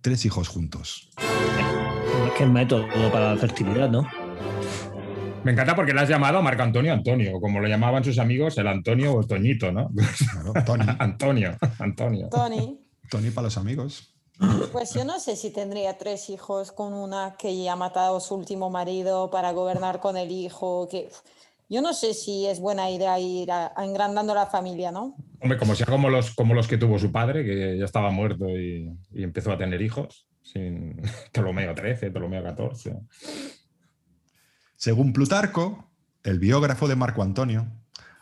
[SPEAKER 1] tres hijos juntos.
[SPEAKER 4] Qué método para la fertilidad, ¿no?
[SPEAKER 5] Me encanta porque le has llamado a Marco Antonio Antonio, o como lo llamaban sus amigos, el Antonio o Toñito, ¿no?
[SPEAKER 1] Claro, Tony,
[SPEAKER 5] Antonio, Antonio.
[SPEAKER 3] Tony,
[SPEAKER 1] Tony para los amigos.
[SPEAKER 3] pues yo no sé si tendría tres hijos con una que ya ha matado a su último marido para gobernar con el hijo. Que... Yo no sé si es buena idea ir a- a engrandando la familia, ¿no?
[SPEAKER 5] Hombre, como sea como los, como los que tuvo su padre, que ya estaba muerto y, y empezó a tener hijos, sin Ptolomeo XIII, Ptolomeo XIV.
[SPEAKER 1] Según Plutarco, el biógrafo de Marco Antonio,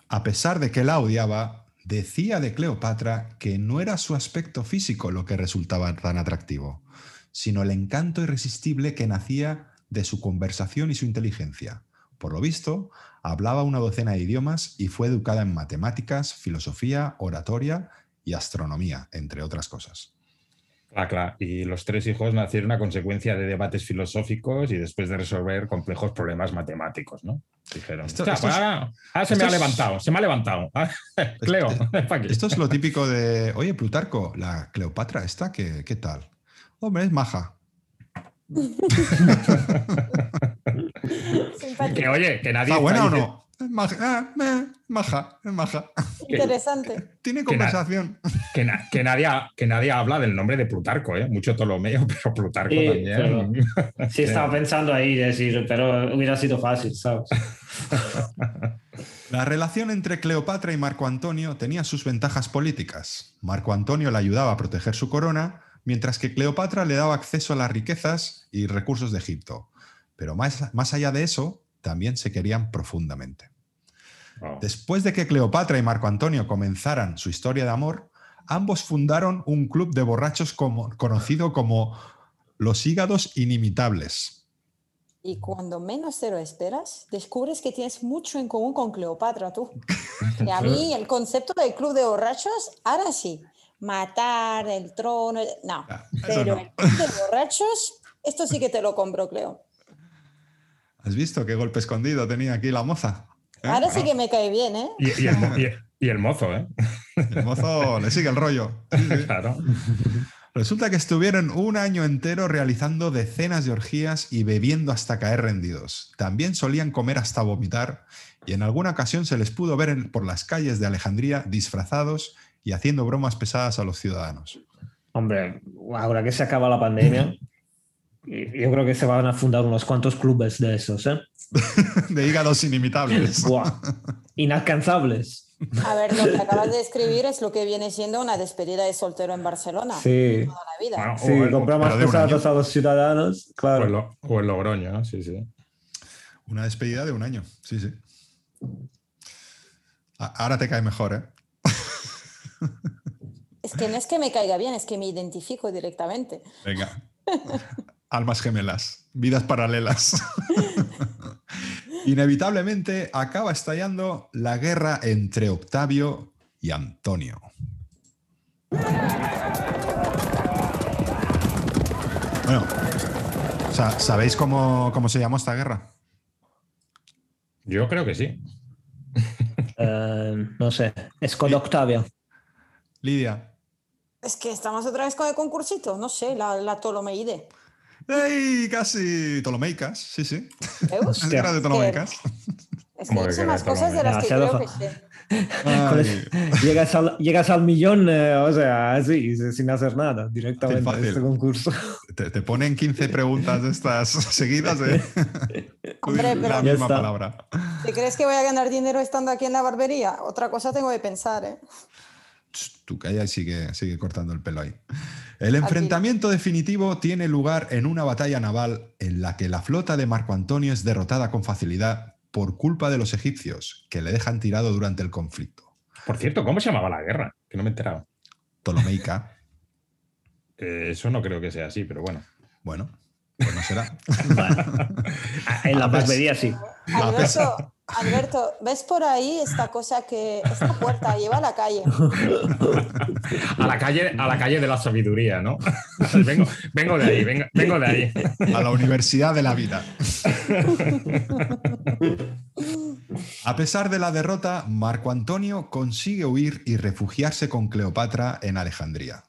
[SPEAKER 1] a pesar de que la odiaba, decía de Cleopatra que no era su aspecto físico lo que resultaba tan atractivo, sino el encanto irresistible que nacía de su conversación y su inteligencia. Por lo visto, hablaba una docena de idiomas y fue educada en matemáticas, filosofía, oratoria y astronomía, entre otras cosas.
[SPEAKER 5] Ah, claro. Y los tres hijos nacieron a consecuencia de debates filosóficos y después de resolver complejos problemas matemáticos, ¿no? Dijeron.
[SPEAKER 1] Esto-
[SPEAKER 5] "Hostia,
[SPEAKER 1] esto
[SPEAKER 5] pues
[SPEAKER 1] es-
[SPEAKER 5] ahora, ahora se
[SPEAKER 1] esto
[SPEAKER 5] me ha
[SPEAKER 1] es-
[SPEAKER 5] levantado, se me ha levantado. Ah, Cleo, ven pa' aquí.
[SPEAKER 1] Esto es lo típico de, oye, Plutarco, la Cleopatra esta, ¿qué, qué tal? Hombre, es maja.
[SPEAKER 5] Que oye, que nadie.
[SPEAKER 1] ¿Está buena o
[SPEAKER 5] está
[SPEAKER 1] no? Es maja, ah, meh, maja, es maja.
[SPEAKER 3] Interesante.
[SPEAKER 1] Tiene
[SPEAKER 5] Que na-
[SPEAKER 1] conversación.
[SPEAKER 5] dic- Que, na- que nadie, ha- que nadie habla del nombre de Plutarco, ¿eh? Mucho Ptolomeo, pero Plutarco
[SPEAKER 4] Sí,
[SPEAKER 5] también.
[SPEAKER 4] Sí, estaba pensando ahí, decir, pero hubiera sido fácil, ¿sabes?
[SPEAKER 1] La relación entre Cleopatra y Marco Antonio tenía sus ventajas políticas. Marco Antonio le ayudaba a proteger su corona, mientras que Cleopatra le daba acceso a las riquezas y recursos de Egipto. Pero más, más allá de eso, también se querían profundamente.
[SPEAKER 5] Oh.
[SPEAKER 1] Después de que Cleopatra y Marco Antonio comenzaran su historia de amor, ambos fundaron un club de borrachos como- conocido como los hígados inimitables.
[SPEAKER 3] Y cuando menos te lo esperas, descubres que tienes mucho en común con Cleopatra, tú. Y a mí el concepto del club de borrachos, ahora sí, matar el trono, el- no.
[SPEAKER 1] Ah, eso
[SPEAKER 3] Pero
[SPEAKER 1] no.
[SPEAKER 3] el club de borrachos, esto sí que te lo compro, Cleo.
[SPEAKER 1] ¿Has visto qué golpe escondido tenía aquí la moza? ¿Eh?
[SPEAKER 3] Ahora sí que me cae bien, ¿eh?
[SPEAKER 5] Y, y el, mo- y- y el mozo, ¿eh?
[SPEAKER 1] El mozo le sigue el rollo. Sí, sí.
[SPEAKER 5] Claro.
[SPEAKER 1] Resulta que estuvieron un año entero realizando decenas de orgías y bebiendo hasta caer rendidos. También solían comer hasta vomitar y en alguna ocasión se les pudo ver en- por las calles de Alejandría disfrazados y haciendo bromas pesadas a los ciudadanos.
[SPEAKER 4] Hombre, ahora que se acaba la pandemia, y- yo creo que se van a fundar unos cuantos clubes de esos, ¿eh?
[SPEAKER 1] De hígados inimitables.
[SPEAKER 4] Buah, Inalcanzables.
[SPEAKER 3] A ver, lo que acabas de escribir es lo que viene siendo una despedida de soltero en Barcelona.
[SPEAKER 4] Sí.
[SPEAKER 3] Toda la vida.
[SPEAKER 5] Bueno,
[SPEAKER 4] Sí,
[SPEAKER 5] o, el-
[SPEAKER 4] comprar más
[SPEAKER 1] pero de un
[SPEAKER 4] pesados a los ciudadanos,
[SPEAKER 5] o el
[SPEAKER 4] claro.
[SPEAKER 5] Lo- o el Logroño, ¿no? sí, sí.
[SPEAKER 1] Una despedida de un año, sí, sí. A- Ahora te cae mejor, ¿eh?
[SPEAKER 3] Es que no es que me caiga bien, es que me identifico directamente.
[SPEAKER 1] Venga. Almas gemelas, vidas paralelas. Inevitablemente acaba estallando la guerra entre Octavio y Antonio. Bueno, o sea, ¿sabéis cómo, cómo se llamó esta guerra?
[SPEAKER 5] Yo creo que sí.
[SPEAKER 4] Eh, no sé, es con Octavio.
[SPEAKER 1] Lidia.
[SPEAKER 3] Es que estamos otra vez con el concursito, no sé, la, la Ptolomeide.
[SPEAKER 1] ¡Ey! Casi Ptolomeicas, sí, sí.
[SPEAKER 3] ¿Veus?
[SPEAKER 1] La guerra de Ptolomeicas.
[SPEAKER 3] Es que
[SPEAKER 5] Como
[SPEAKER 3] he
[SPEAKER 5] que
[SPEAKER 3] hecho
[SPEAKER 5] era
[SPEAKER 3] más cosas de las que creo
[SPEAKER 4] Demasiado
[SPEAKER 3] que
[SPEAKER 4] fa-
[SPEAKER 3] sé.
[SPEAKER 4] Con
[SPEAKER 1] Ay.
[SPEAKER 4] es- llegas, al, llegas al millón, eh, o sea, así, sin hacer nada, directamente
[SPEAKER 1] Fácil, fácil.
[SPEAKER 4] este concurso.
[SPEAKER 1] Te, te ponen 15 preguntas de estas seguidas de
[SPEAKER 3] Hombre,
[SPEAKER 1] la
[SPEAKER 3] pero-
[SPEAKER 4] Ya
[SPEAKER 1] misma
[SPEAKER 4] está.
[SPEAKER 1] palabra.
[SPEAKER 3] ¿Te crees que voy a ganar dinero estando aquí en la barbería? Otra cosa tengo que pensar, ¿eh?
[SPEAKER 1] Ch, Tú calla y sigue, sigue cortando el pelo ahí. El enfrentamiento definitivo tiene lugar en una batalla naval en la que la flota de Marco Antonio es derrotada con facilidad por culpa de los egipcios, que le dejan tirado durante el conflicto.
[SPEAKER 5] Por cierto, ¿cómo se llamaba la guerra? Que no me he enterado.
[SPEAKER 1] Ptolomeica,
[SPEAKER 5] Eh, eso no creo que sea así, pero bueno.
[SPEAKER 1] bueno, pues no será.
[SPEAKER 4] Ah, En la
[SPEAKER 1] Además-
[SPEAKER 4] barbería sí.
[SPEAKER 3] Alberto, Alberto, ¿ves por ahí esta cosa que, esta puerta lleva a la calle?
[SPEAKER 5] A la calle, a la calle de la sabiduría, ¿no? vengo, vengo de ahí, vengo, vengo de ahí.
[SPEAKER 1] a la Universidad de la Vida. A pesar de la derrota, Marco Antonio consigue huir y refugiarse con Cleopatra en Alejandría.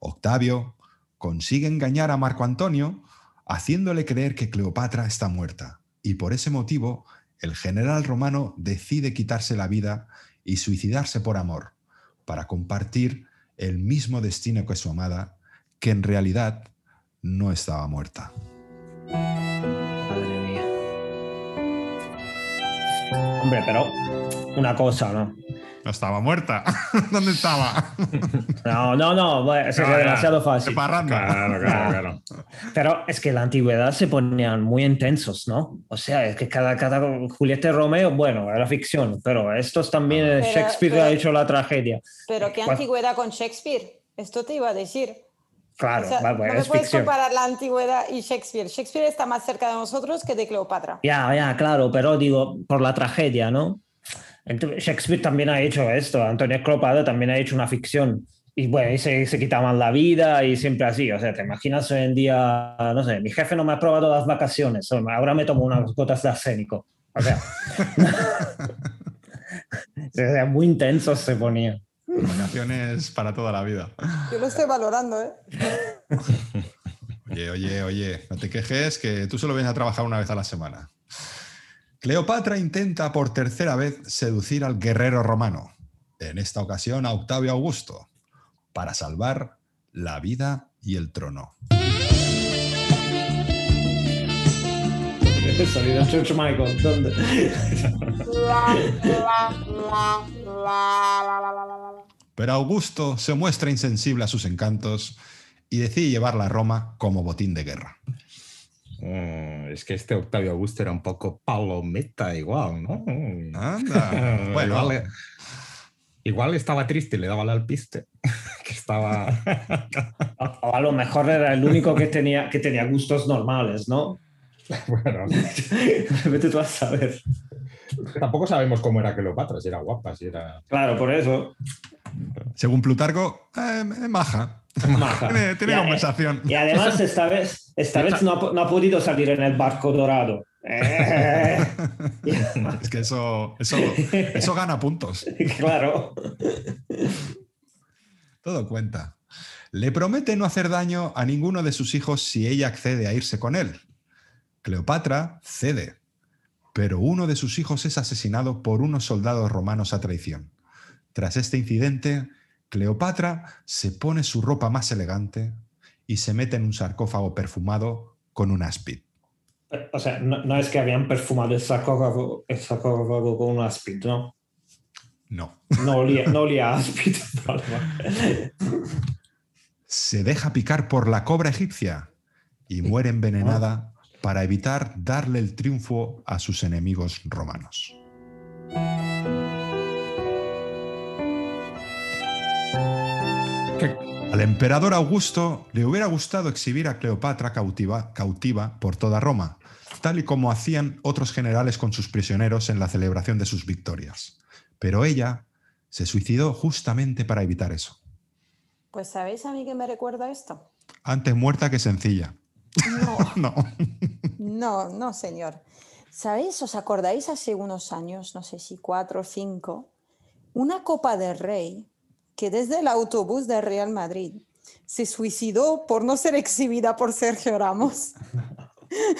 [SPEAKER 1] Octavio consigue engañar a Marco Antonio haciéndole creer que Cleopatra está muerta y por ese motivo el general romano decide quitarse la vida y suicidarse por amor para compartir el mismo destino que su amada, que en realidad no estaba muerta.
[SPEAKER 4] Madre mía. Hombre, pero una cosa, ¿no?
[SPEAKER 1] No estaba muerta. ¿Dónde estaba?
[SPEAKER 4] No, no, no, bueno, es
[SPEAKER 5] No,
[SPEAKER 4] que es
[SPEAKER 5] no.
[SPEAKER 4] demasiado fácil.
[SPEAKER 1] De parranda.
[SPEAKER 5] Claro, claro, claro.
[SPEAKER 4] Pero es que en la antigüedad se ponían muy intensos, ¿no? O sea, es que cada, cada Julieta y Romeo, bueno, era ficción, pero estos también eh,
[SPEAKER 3] Pero-
[SPEAKER 4] Shakespeare ha
[SPEAKER 3] pero-
[SPEAKER 4] hecho la tragedia.
[SPEAKER 3] Pero qué
[SPEAKER 4] ¿Cuál?
[SPEAKER 3] antigüedad con Shakespeare. Esto te iba a decir.
[SPEAKER 4] Claro,
[SPEAKER 3] O sea,
[SPEAKER 4] va,
[SPEAKER 3] no
[SPEAKER 4] bueno,
[SPEAKER 3] me
[SPEAKER 4] es
[SPEAKER 3] puedes
[SPEAKER 4] ficción.
[SPEAKER 3] comparar la antigüedad y Shakespeare. Shakespeare está más cerca de nosotros que de Cleopatra.
[SPEAKER 4] Ya, ya, claro, pero digo, por la tragedia, ¿no? Entonces, Shakespeare también ha hecho esto, Antonio Cleopatra también ha hecho una ficción. Y bueno, y se, se quitaban la vida y siempre así. O sea, te imaginas hoy en día, no sé, mi jefe no me ha aprobado las vacaciones, o ahora me tomo unas gotas de arsénico. O sea, o sea, muy intenso se ponía.
[SPEAKER 1] Nominaciones para toda la vida.
[SPEAKER 3] Yo lo estoy valorando, ¿eh?
[SPEAKER 1] Oye, oye, oye, no te quejes que tú solo vienes a trabajar una vez a la semana. Cleopatra intenta por tercera vez seducir al guerrero romano, en esta ocasión a Octavio Augusto, para salvar la vida y el trono.
[SPEAKER 4] Salido George Michael, ¿dónde?
[SPEAKER 1] Pero Augusto se muestra insensible a sus encantos y decide llevarla a Roma como botín de guerra.
[SPEAKER 5] Mm, es que este Octavio Augusto era un poco palometa igual, ¿no?
[SPEAKER 1] Anda. Bueno,
[SPEAKER 5] igual, igual estaba triste y le daba la alpiste. Que estaba...
[SPEAKER 4] O, o a lo mejor era el único que tenía, que tenía gustos normales, ¿no?
[SPEAKER 5] bueno,
[SPEAKER 4] Vete tú a saber.
[SPEAKER 5] tampoco sabemos cómo era Cleopatra, si era guapa, si era...
[SPEAKER 4] Claro, por eso.
[SPEAKER 1] Según Plutarco, eh, eh, maja.
[SPEAKER 4] Maja.
[SPEAKER 1] Tiene, tiene
[SPEAKER 4] Ya,
[SPEAKER 1] conversación.
[SPEAKER 4] Y Eh, además esta vez, esta vez no, ha, no ha podido salir en el barco dorado. Eh,
[SPEAKER 1] Es que eso, eso, eso gana puntos.
[SPEAKER 4] claro.
[SPEAKER 1] Todo cuenta. Le promete no hacer daño a ninguno de sus hijos si ella accede a irse con él. Cleopatra cede, pero uno de sus hijos es asesinado por unos soldados romanos a traición. Tras este incidente, Cleopatra se pone su ropa más elegante y se mete en un sarcófago perfumado con un áspid.
[SPEAKER 4] O sea, no, no es que habían perfumado el sarcófago, el sarcófago con un áspid, ¿no?
[SPEAKER 1] No.
[SPEAKER 4] No olía, no olía a áspid. Vale, vale.
[SPEAKER 1] se deja picar por la cobra egipcia y muere envenenada para evitar darle el triunfo a sus enemigos romanos. Al emperador Augusto le hubiera gustado exhibir a Cleopatra cautiva, cautiva por toda Roma, tal y como hacían otros generales con sus prisioneros en la celebración de sus victorias. Pero ella se suicidó justamente para evitar eso.
[SPEAKER 3] Pues sabéis a mí que me recuerda esto.
[SPEAKER 1] Antes muerta que sencilla.
[SPEAKER 3] No,
[SPEAKER 1] No.
[SPEAKER 3] no, no, señor. ¿Sabéis? ¿Os acordáis hace unos años, no sé si cuatro o cinco, una Copa del Rey que desde el autobús de Real Madrid se suicidó por no ser exhibida por Sergio Ramos?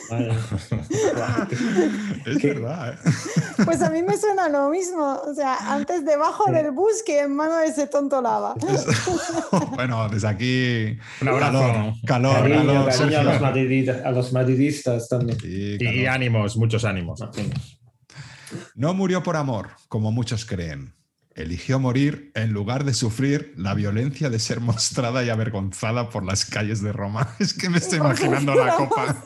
[SPEAKER 4] Vale.
[SPEAKER 1] Es verdad. ¿eh?
[SPEAKER 3] Pues a mí me suena lo mismo. O sea, antes debajo del bus que en mano de ese tonto lava.
[SPEAKER 1] bueno, desde aquí.
[SPEAKER 5] Un abrazo.
[SPEAKER 1] Calor, calor,
[SPEAKER 4] Cariño,
[SPEAKER 1] calor,
[SPEAKER 4] cariño a los,
[SPEAKER 1] Sergio.
[SPEAKER 4] madridistas, a los madridistas también.
[SPEAKER 1] Sí,
[SPEAKER 5] Y,
[SPEAKER 1] calor.
[SPEAKER 5] y ánimos, muchos ánimos.
[SPEAKER 1] No murió por amor, como muchos creen. Eligió morir en lugar de sufrir la violencia de ser mostrada y avergonzada por las calles de Roma. Es que me estoy imaginando la copa,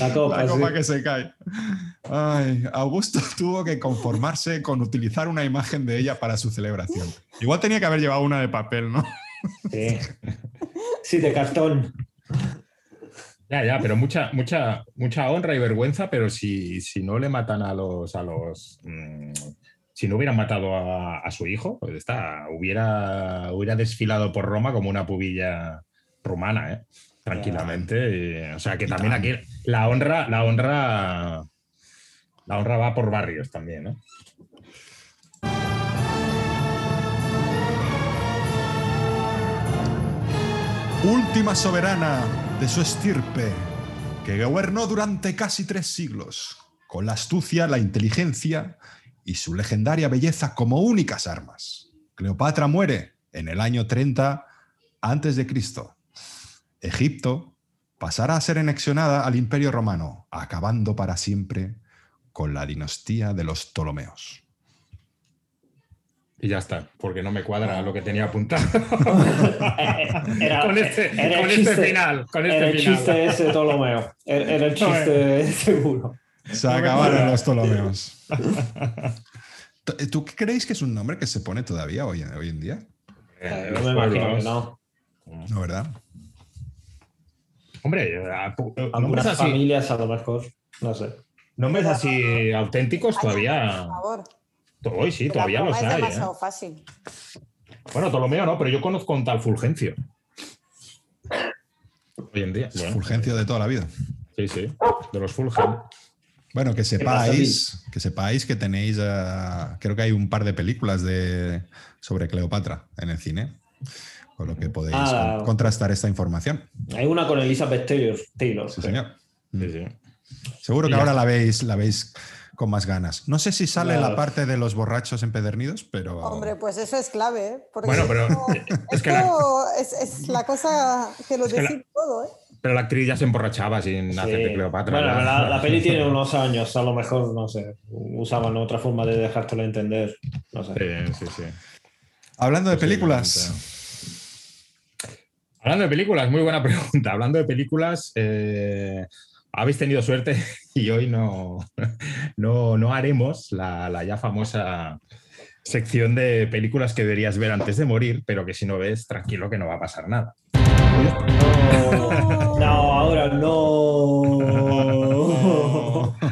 [SPEAKER 4] La
[SPEAKER 1] la
[SPEAKER 4] copa, sí.
[SPEAKER 1] copa que se cae. Ay, Augusto tuvo que conformarse con utilizar una imagen de ella para su celebración. Igual tenía que haber llevado una de papel, ¿no?
[SPEAKER 4] Sí. Sí, de cartón.
[SPEAKER 5] Ya, ya, pero mucha, mucha, mucha honra y vergüenza, pero si, si no le matan a los, a los, mm, si no hubieran matado a, a su hijo, pues está, hubiera, hubiera desfilado por Roma como una pubilla rumana, ¿eh? tranquilamente. y- o sea que también aquí la honra, la honra, la honra va por barrios también, ¿eh?
[SPEAKER 1] última soberana de su estirpe, que gobernó durante casi tres siglos, con la astucia, la inteligencia y su legendaria belleza como únicas armas. Cleopatra muere en el año 30 antes de Cristo. Egipto pasará a ser anexionada al Imperio Romano, acabando para siempre con la dinastía de los Ptolomeos.
[SPEAKER 5] Y ya está, porque no me cuadra lo que tenía apuntado.
[SPEAKER 4] Era-
[SPEAKER 5] con este,
[SPEAKER 4] era el
[SPEAKER 5] con este
[SPEAKER 4] chiste-
[SPEAKER 5] final, con este
[SPEAKER 4] Era el
[SPEAKER 5] final.
[SPEAKER 4] chiste ese de Ptolomeo. Era, era el chiste seguro.
[SPEAKER 1] Se acabaron los Ptolomeos. ¿Tú- ¿Tú creéis que es un nombre que se pone todavía hoy en- hoy en día?
[SPEAKER 5] Eh,
[SPEAKER 4] no
[SPEAKER 5] los
[SPEAKER 4] me imagino
[SPEAKER 5] pueblos.
[SPEAKER 4] que no.
[SPEAKER 1] No, ¿verdad?
[SPEAKER 5] Hombre, a- pu- nombres
[SPEAKER 4] Algunas
[SPEAKER 5] así,
[SPEAKER 4] familias a lo mejor. No sé.
[SPEAKER 5] nombres así auténticos todavía.
[SPEAKER 3] Por favor.
[SPEAKER 5] to- Hoy sí,
[SPEAKER 3] La
[SPEAKER 5] todavía
[SPEAKER 3] broma
[SPEAKER 5] los
[SPEAKER 3] es
[SPEAKER 5] hay. ¿eh?
[SPEAKER 3] demasiado fácil.
[SPEAKER 5] Bueno, Ptolomeo no, pero yo conozco un tal Fulgencio. Hoy en día. bueno,
[SPEAKER 1] Fulgencio de toda la vida.
[SPEAKER 5] Sí, sí, de los Fulgen.
[SPEAKER 1] Bueno, que
[SPEAKER 4] pasa,
[SPEAKER 1] sepáis, que sepáis que tenéis, eh, creo que hay un par de películas de, sobre Cleopatra en el cine, con lo que podéis
[SPEAKER 4] Ah.
[SPEAKER 1] con- contrastar esta información.
[SPEAKER 4] Hay una con Elizabeth Taylor. Taylor
[SPEAKER 1] Sí, señor.
[SPEAKER 5] Sí, sí.
[SPEAKER 1] Seguro que
[SPEAKER 5] Ya.
[SPEAKER 1] ahora la veis, la veis con más ganas. No sé si sale
[SPEAKER 4] Claro.
[SPEAKER 1] la parte de los borrachos empedernidos, pero
[SPEAKER 3] Hombre, pues eso es clave. ¿eh? Porque
[SPEAKER 5] Bueno, pero
[SPEAKER 3] esto-
[SPEAKER 5] es que la,
[SPEAKER 3] esto es, es la cosa que lo
[SPEAKER 5] que la-
[SPEAKER 3] decís todo, ¿eh?
[SPEAKER 5] pero la actriz ya se emborrachaba sin
[SPEAKER 4] Sí.
[SPEAKER 5] hacer de Cleopatra.
[SPEAKER 4] Bueno,
[SPEAKER 5] ya.
[SPEAKER 4] la, la peli tiene unos años, a lo mejor, no sé, usaban otra forma de dejártelo entender. No sé.
[SPEAKER 5] Sí, sí, sí.
[SPEAKER 1] hablando de
[SPEAKER 5] Posiblemente.
[SPEAKER 1] películas,
[SPEAKER 5] Hablando de películas, muy buena pregunta. Hablando de películas, eh, habéis tenido suerte y hoy no, no, no haremos la, la ya famosa sección de películas que deberías ver antes de morir, pero que si no ves, tranquilo que no va a pasar nada.
[SPEAKER 4] No, no, ahora no.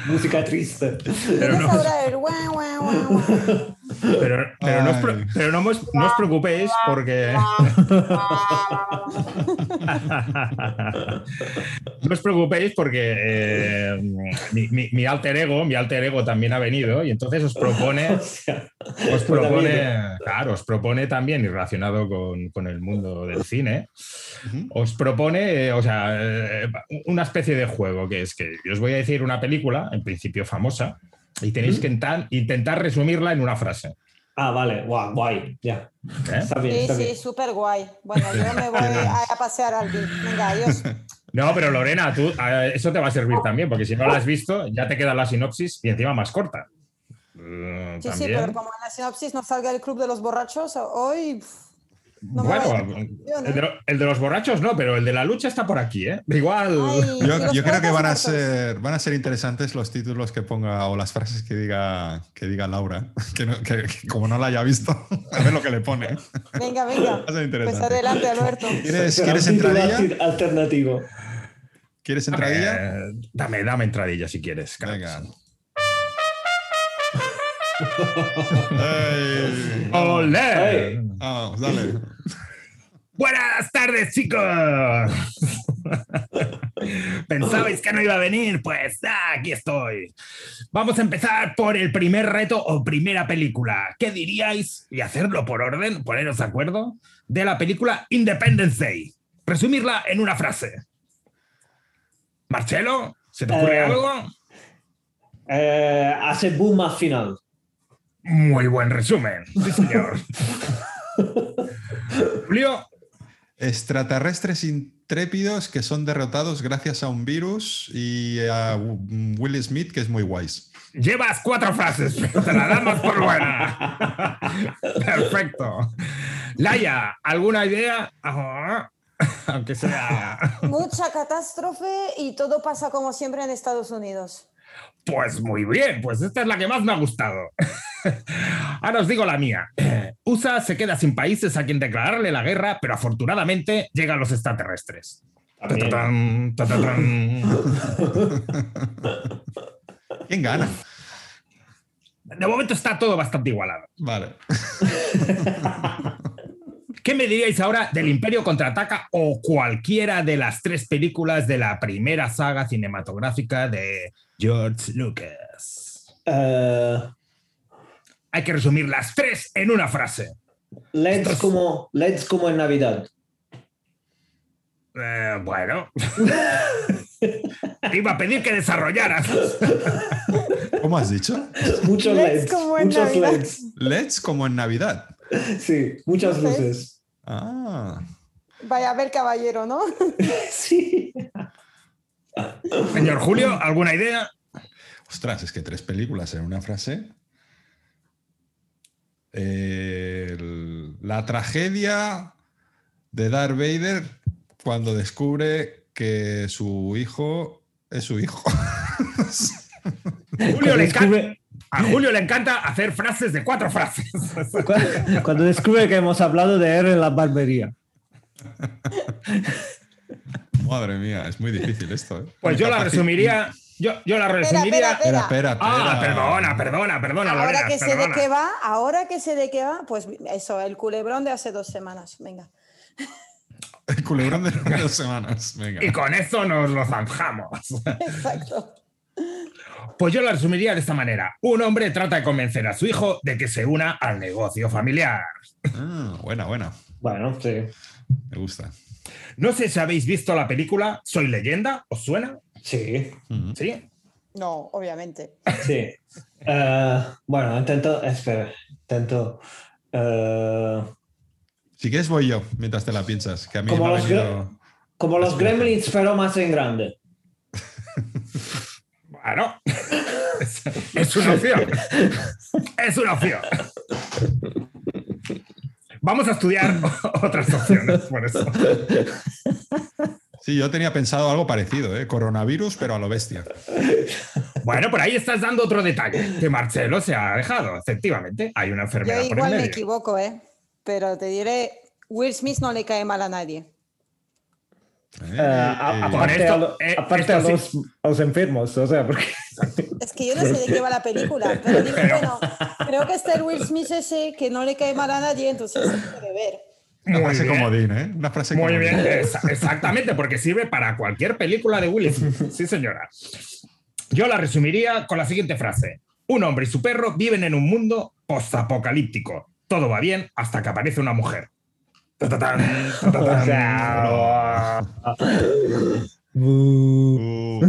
[SPEAKER 4] Música triste.
[SPEAKER 3] Tienes ahora el guau, guau, guau, guau.
[SPEAKER 5] Pero, pero no, os, pre-
[SPEAKER 1] Ay.
[SPEAKER 5] pero no mos- no os preocupéis porque... No os preocupéis porque eh, mi, mi- mi alter ego, mi alter ego también ha venido y entonces os propone,
[SPEAKER 4] O sea,
[SPEAKER 5] os
[SPEAKER 4] Pues también.
[SPEAKER 5] propone, claro, os propone también y relacionado con, con el mundo del cine, os propone, eh, o sea, eh, una especie de juego que es que yo os voy a decir una película, en principio famosa, y tenéis que entan- intentar resumirla en una frase.
[SPEAKER 4] Ah, vale, guau, guay, ya.
[SPEAKER 5] ¿eh?
[SPEAKER 4] Está bien,
[SPEAKER 3] Sí,
[SPEAKER 4] está
[SPEAKER 3] sí,
[SPEAKER 4] bien.
[SPEAKER 3] súper guay. Bueno, yo me voy a, a pasear al Bill. Venga, adiós.
[SPEAKER 5] No, pero Lorena, tú, a- eso te va a servir también, porque si no la has visto, ya te queda la sinopsis y encima más corta. Eh,
[SPEAKER 3] Sí, sí,
[SPEAKER 5] también.
[SPEAKER 3] pero como en la sinopsis no salga el club de los borrachos, hoy pf, No me
[SPEAKER 5] bueno,
[SPEAKER 3] vayas a-
[SPEAKER 5] el
[SPEAKER 3] ¿eh?
[SPEAKER 5] de, lo- el de los borrachos no, pero el de la lucha está por aquí, ¿eh? Igual.
[SPEAKER 3] Ay, y
[SPEAKER 1] Yo,
[SPEAKER 3] los
[SPEAKER 1] yo creo que
[SPEAKER 3] cuerpos
[SPEAKER 1] van a
[SPEAKER 3] muertos.
[SPEAKER 1] ser van a ser interesantes los títulos que ponga o las frases que diga que diga Laura, que, no- que- que como no la haya visto, a ver lo que le pone.
[SPEAKER 3] Venga, venga.
[SPEAKER 1] Va a ser
[SPEAKER 3] Pues
[SPEAKER 1] interesante.
[SPEAKER 3] adelante, Alberto.
[SPEAKER 1] ¿Quieres,
[SPEAKER 4] Será
[SPEAKER 1] quieres
[SPEAKER 4] un título
[SPEAKER 1] entradilla?
[SPEAKER 4] alter- alternativo.
[SPEAKER 1] ¿Quieres entradilla?
[SPEAKER 5] Eh, dame, dame entradilla si quieres. Carlos.
[SPEAKER 1] Venga. Ey, vamos,
[SPEAKER 5] ¡Olé!
[SPEAKER 4] Ay.
[SPEAKER 1] vamos, dale.
[SPEAKER 5] Buenas tardes, chicos. ¿Pensabais que no iba a venir? Pues ah, aquí estoy. Vamos a empezar por el primer reto o primera película. ¿Qué diríais? Y hacerlo por orden, poneros de acuerdo, de la película Independence Day. Resumirla en una frase. Marcelo, ¿se te ocurre
[SPEAKER 4] Eh.
[SPEAKER 5] algo?
[SPEAKER 4] Eh, hace boom al final.
[SPEAKER 5] Muy buen resumen, sí, señor. Julio,
[SPEAKER 1] Extraterrestres intrépidos que son derrotados gracias a un virus y a Will Smith, que es muy guays.
[SPEAKER 5] Llevas cuatro frases, pero te la damos por buena. Perfecto. Laia, ¿alguna idea? Ah, Aunque sea.
[SPEAKER 3] Mucha catástrofe y todo pasa como siempre en Estados Unidos.
[SPEAKER 5] Pues muy bien, pues esta es la que más me ha gustado. Ahora os digo la mía. USA se queda sin países a quien declararle la guerra, pero afortunadamente llegan los extraterrestres.
[SPEAKER 4] También.
[SPEAKER 5] Ta-ta-tan, ta-ta-tan.
[SPEAKER 1] ¿Quién gana?
[SPEAKER 5] De momento está todo bastante igualado.
[SPEAKER 1] Vale.
[SPEAKER 5] ¿Qué me diríais ahora del Imperio contraataca o cualquiera de las tres películas de la primera saga cinematográfica de George Lucas?
[SPEAKER 4] Eh,
[SPEAKER 5] Hay que resumir las tres en una frase.
[SPEAKER 4] LEDs, como, LEDs como en Navidad.
[SPEAKER 5] Eh, bueno. Iba a pedir que desarrollaras.
[SPEAKER 1] ¿Cómo has dicho?
[SPEAKER 4] Muchos
[SPEAKER 3] LEDs
[SPEAKER 4] LEDs.
[SPEAKER 3] como en
[SPEAKER 4] muchos
[SPEAKER 3] Navidad.
[SPEAKER 4] LEDs.
[SPEAKER 1] LEDs como en Navidad.
[SPEAKER 4] Sí, muchas
[SPEAKER 3] Luces.
[SPEAKER 4] luces.
[SPEAKER 1] Ah.
[SPEAKER 3] Vaya a ver, caballero, ¿no?
[SPEAKER 4] Sí.
[SPEAKER 5] Señor Julio, ¿alguna idea?
[SPEAKER 1] Ostras, es que tres películas en una frase. El- la tragedia de Darth Vader cuando descubre que su hijo es su hijo.
[SPEAKER 5] Julio le encanta-
[SPEAKER 4] descubre-
[SPEAKER 5] a Julio le encanta hacer frases de cuatro frases.
[SPEAKER 4] Cu- Cuando descubre que hemos hablado de él en la barbería.
[SPEAKER 1] Madre mía, es muy difícil esto. ¿eh?
[SPEAKER 5] Pues yo la
[SPEAKER 1] Capaci-
[SPEAKER 5] resumiría. Yo, yo la
[SPEAKER 3] Espera, espera,
[SPEAKER 1] Espera,
[SPEAKER 5] resumiría.
[SPEAKER 3] espera.
[SPEAKER 1] espera, espera.
[SPEAKER 5] Ah, perdona, perdona, perdona.
[SPEAKER 3] Ahora
[SPEAKER 5] Lorena,
[SPEAKER 3] que sé de
[SPEAKER 5] perdona.
[SPEAKER 3] qué va, ahora que sé de qué va, pues eso, el culebrón de hace dos semanas. Venga.
[SPEAKER 1] El culebrón de las dos semanas. Venga.
[SPEAKER 5] Y con eso nos lo zanjamos.
[SPEAKER 3] Exacto.
[SPEAKER 5] Pues yo la resumiría de esta manera. Un hombre trata de convencer a su hijo de que se una al negocio familiar.
[SPEAKER 1] Ah, buena, buena.
[SPEAKER 4] Bueno, sí.
[SPEAKER 1] Me gusta.
[SPEAKER 5] No sé si habéis visto la película Soy leyenda, ¿os suena?
[SPEAKER 4] Sí,
[SPEAKER 1] Mm.
[SPEAKER 5] Sí.
[SPEAKER 3] No, obviamente.
[SPEAKER 4] sí. Eh, bueno, intento, espera, intento. eh,
[SPEAKER 1] Si quieres voy yo, mientras te la piensas. Que a mí
[SPEAKER 4] Como
[SPEAKER 1] me ha
[SPEAKER 4] los
[SPEAKER 1] venido-
[SPEAKER 4] como los gremlins, pero más en grande.
[SPEAKER 5] Bueno, es, es una opción. Es una opción. Vamos a estudiar otras opciones, por eso.
[SPEAKER 1] Sí, yo tenía pensado algo parecido, ¿eh? coronavirus, pero a lo bestia.
[SPEAKER 5] Bueno, por ahí estás dando otro detalle que Marcelo se ha dejado, efectivamente. Hay una
[SPEAKER 3] Yo
[SPEAKER 5] enfermedad por en
[SPEAKER 3] igual me
[SPEAKER 5] medio.
[SPEAKER 3] equivoco, ¿eh? Pero te diré, Will Smith no le cae mal a nadie.
[SPEAKER 1] Eh,
[SPEAKER 4] Eh, a-
[SPEAKER 1] eh,
[SPEAKER 5] Con
[SPEAKER 4] aparte
[SPEAKER 5] esto,
[SPEAKER 4] a, lo-
[SPEAKER 5] eh,
[SPEAKER 4] aparte
[SPEAKER 5] esto
[SPEAKER 4] a
[SPEAKER 5] sí.
[SPEAKER 4] los, a los enfermos, o sea, porque
[SPEAKER 3] Es que yo no sé de qué va la película, pero dije,
[SPEAKER 5] Pero-
[SPEAKER 3] bueno, creo que este Will Smith ese que no le cae mal a nadie, entonces se puede ver.
[SPEAKER 1] una
[SPEAKER 5] Muy
[SPEAKER 1] frase
[SPEAKER 5] bien.
[SPEAKER 1] comodín, ¿eh? Una frase
[SPEAKER 5] Muy
[SPEAKER 1] comodín.
[SPEAKER 5] bien, exa- exactamente, porque sirve para cualquier película de Will Smith. Sí, señora. Yo la resumiría con la siguiente frase. Un hombre y su perro viven en un mundo postapocalíptico. Todo va bien hasta que aparece una mujer. Ta-ta-tan, ta-ta-tan.
[SPEAKER 4] O sea,
[SPEAKER 1] Uh,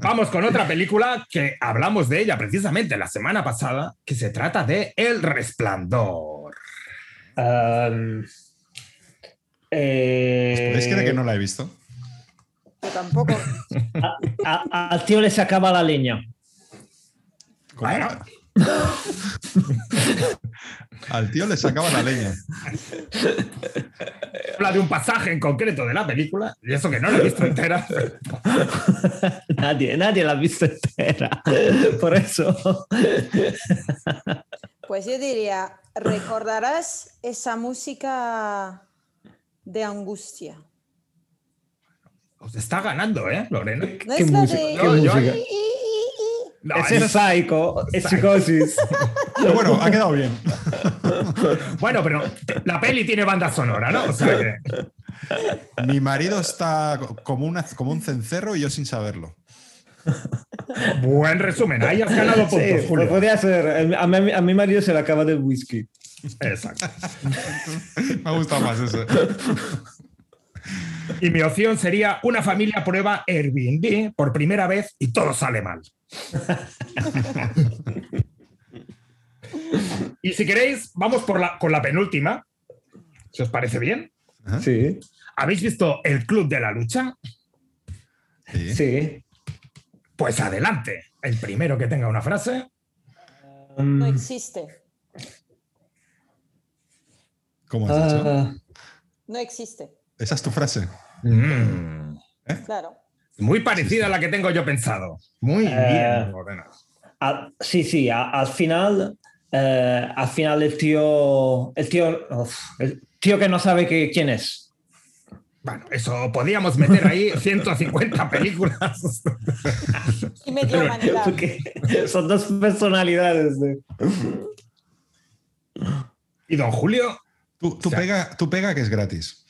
[SPEAKER 5] Vamos con otra película que hablamos de ella precisamente la semana pasada, que se trata de El Resplandor.
[SPEAKER 4] Um, eh,
[SPEAKER 1] ¿Podéis creer que no la he visto?
[SPEAKER 3] Yo tampoco.
[SPEAKER 4] a- a- al tío le sacaba la leña.
[SPEAKER 1] ¿Cómo?
[SPEAKER 5] Bueno.
[SPEAKER 1] Al tío le sacaba la leña.
[SPEAKER 5] Habla de un pasaje en concreto de la película, y eso que no la he visto entera.
[SPEAKER 4] Nadie, nadie la ha visto entera. Por eso.
[SPEAKER 3] Pues yo diría, recordarás esa música de angustia.
[SPEAKER 5] Os está ganando, ¿eh, Lorena?
[SPEAKER 3] ¿No
[SPEAKER 4] ¿Qué
[SPEAKER 3] es la
[SPEAKER 4] música?
[SPEAKER 3] de...
[SPEAKER 5] No, yo-
[SPEAKER 3] i, i, i, i?
[SPEAKER 5] No,
[SPEAKER 4] es el psycho, es psicosis.
[SPEAKER 1] Pero bueno, ha quedado bien.
[SPEAKER 5] Bueno, pero la peli tiene banda sonora, ¿no? O sea que-
[SPEAKER 1] Mi marido está co- como, una- como un cencerro y yo sin saberlo.
[SPEAKER 5] buen resumen. Ahí has ganado puntos,
[SPEAKER 4] Sí,
[SPEAKER 5] Julio.
[SPEAKER 4] lo podía ser. A mi, a mi marido se le acaba de whisky.
[SPEAKER 5] Exacto.
[SPEAKER 1] Me ha gustado más eso.
[SPEAKER 5] Y mi opción sería una familia prueba Airbnb por primera vez y todo sale mal. y si queréis, vamos por la, con la penúltima. Si os parece bien.
[SPEAKER 4] Sí,
[SPEAKER 5] ¿Habéis visto El Club de la Lucha?
[SPEAKER 1] Sí.
[SPEAKER 4] sí.
[SPEAKER 5] Pues adelante. El primero que tenga una frase.
[SPEAKER 3] No
[SPEAKER 4] Mm.
[SPEAKER 3] existe,
[SPEAKER 1] ¿Cómo has dicho?
[SPEAKER 4] Ah,
[SPEAKER 3] no existe,
[SPEAKER 1] Esa es tu frase.
[SPEAKER 5] Mm,
[SPEAKER 3] claro.
[SPEAKER 5] muy parecida a la que tengo yo pensado. Muy bien,
[SPEAKER 4] Eh.
[SPEAKER 5] Lorena.
[SPEAKER 4] al- ah, sí, sí, a- al final, eh, al final el tío, el tío, uf, el tío que no sabe que- quién es.
[SPEAKER 5] Bueno, eso podíamos meter ahí 150 películas.
[SPEAKER 3] Y medio humanidad.
[SPEAKER 4] Porque son dos personalidades. de-
[SPEAKER 5] Y don Julio,
[SPEAKER 1] Tú, tú
[SPEAKER 5] O sea-
[SPEAKER 1] pega, tú pega que es gratis.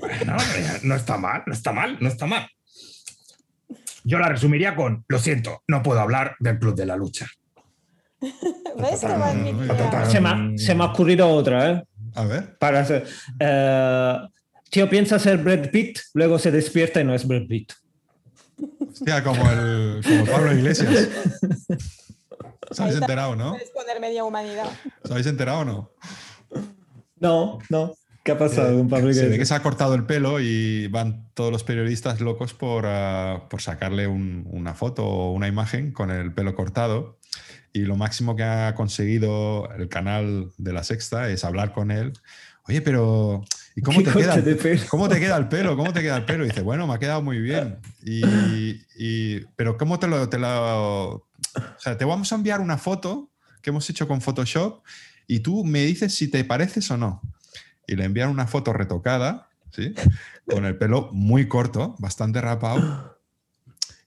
[SPEAKER 5] bueno, eh, no está mal, no está mal, no está mal. Yo la resumiría con, lo siento, no puedo hablar del Club de la Lucha.
[SPEAKER 3] ¿Ves que va en mi
[SPEAKER 1] Total.
[SPEAKER 3] tía?
[SPEAKER 4] Se me, ha- se me ha ocurrido otra, ¿eh?
[SPEAKER 1] A ver.
[SPEAKER 4] Para ser- eh, tío piensa ser Brad Pitt, luego se despierta y no es Brad Pitt.
[SPEAKER 1] Hostia, como, el, como Pablo Iglesias. ¿Os habéis enterado, no?
[SPEAKER 3] Puedes poner media humanidad.
[SPEAKER 1] ¿Os habéis enterado o no?
[SPEAKER 4] No, no. ¿Qué ha pasado con Pablo
[SPEAKER 1] Eh, Se ve que
[SPEAKER 4] Iglesias?
[SPEAKER 1] se ha cortado el pelo y van todos los periodistas locos por, ah, por sacarle un- una foto o una imagen con el pelo cortado. Y lo máximo que ha conseguido el canal de la Sexta es hablar con él. Oye, pero ¿y cómo
[SPEAKER 4] ¿Qué
[SPEAKER 1] te
[SPEAKER 4] corte
[SPEAKER 1] queda? el
[SPEAKER 4] de
[SPEAKER 1] pe-
[SPEAKER 4] pelo?
[SPEAKER 1] ¿Cómo te queda el pelo? ¿Cómo te queda el pelo? Y dice, bueno, me ha quedado muy bien. Y, y- pero ¿cómo te lo, te lo- O sea, te vamos a enviar una foto que hemos hecho con Photoshop y tú me dices si te pareces o no. Y le enviaron una foto retocada, ¿sí? Con el pelo muy corto, bastante rapado.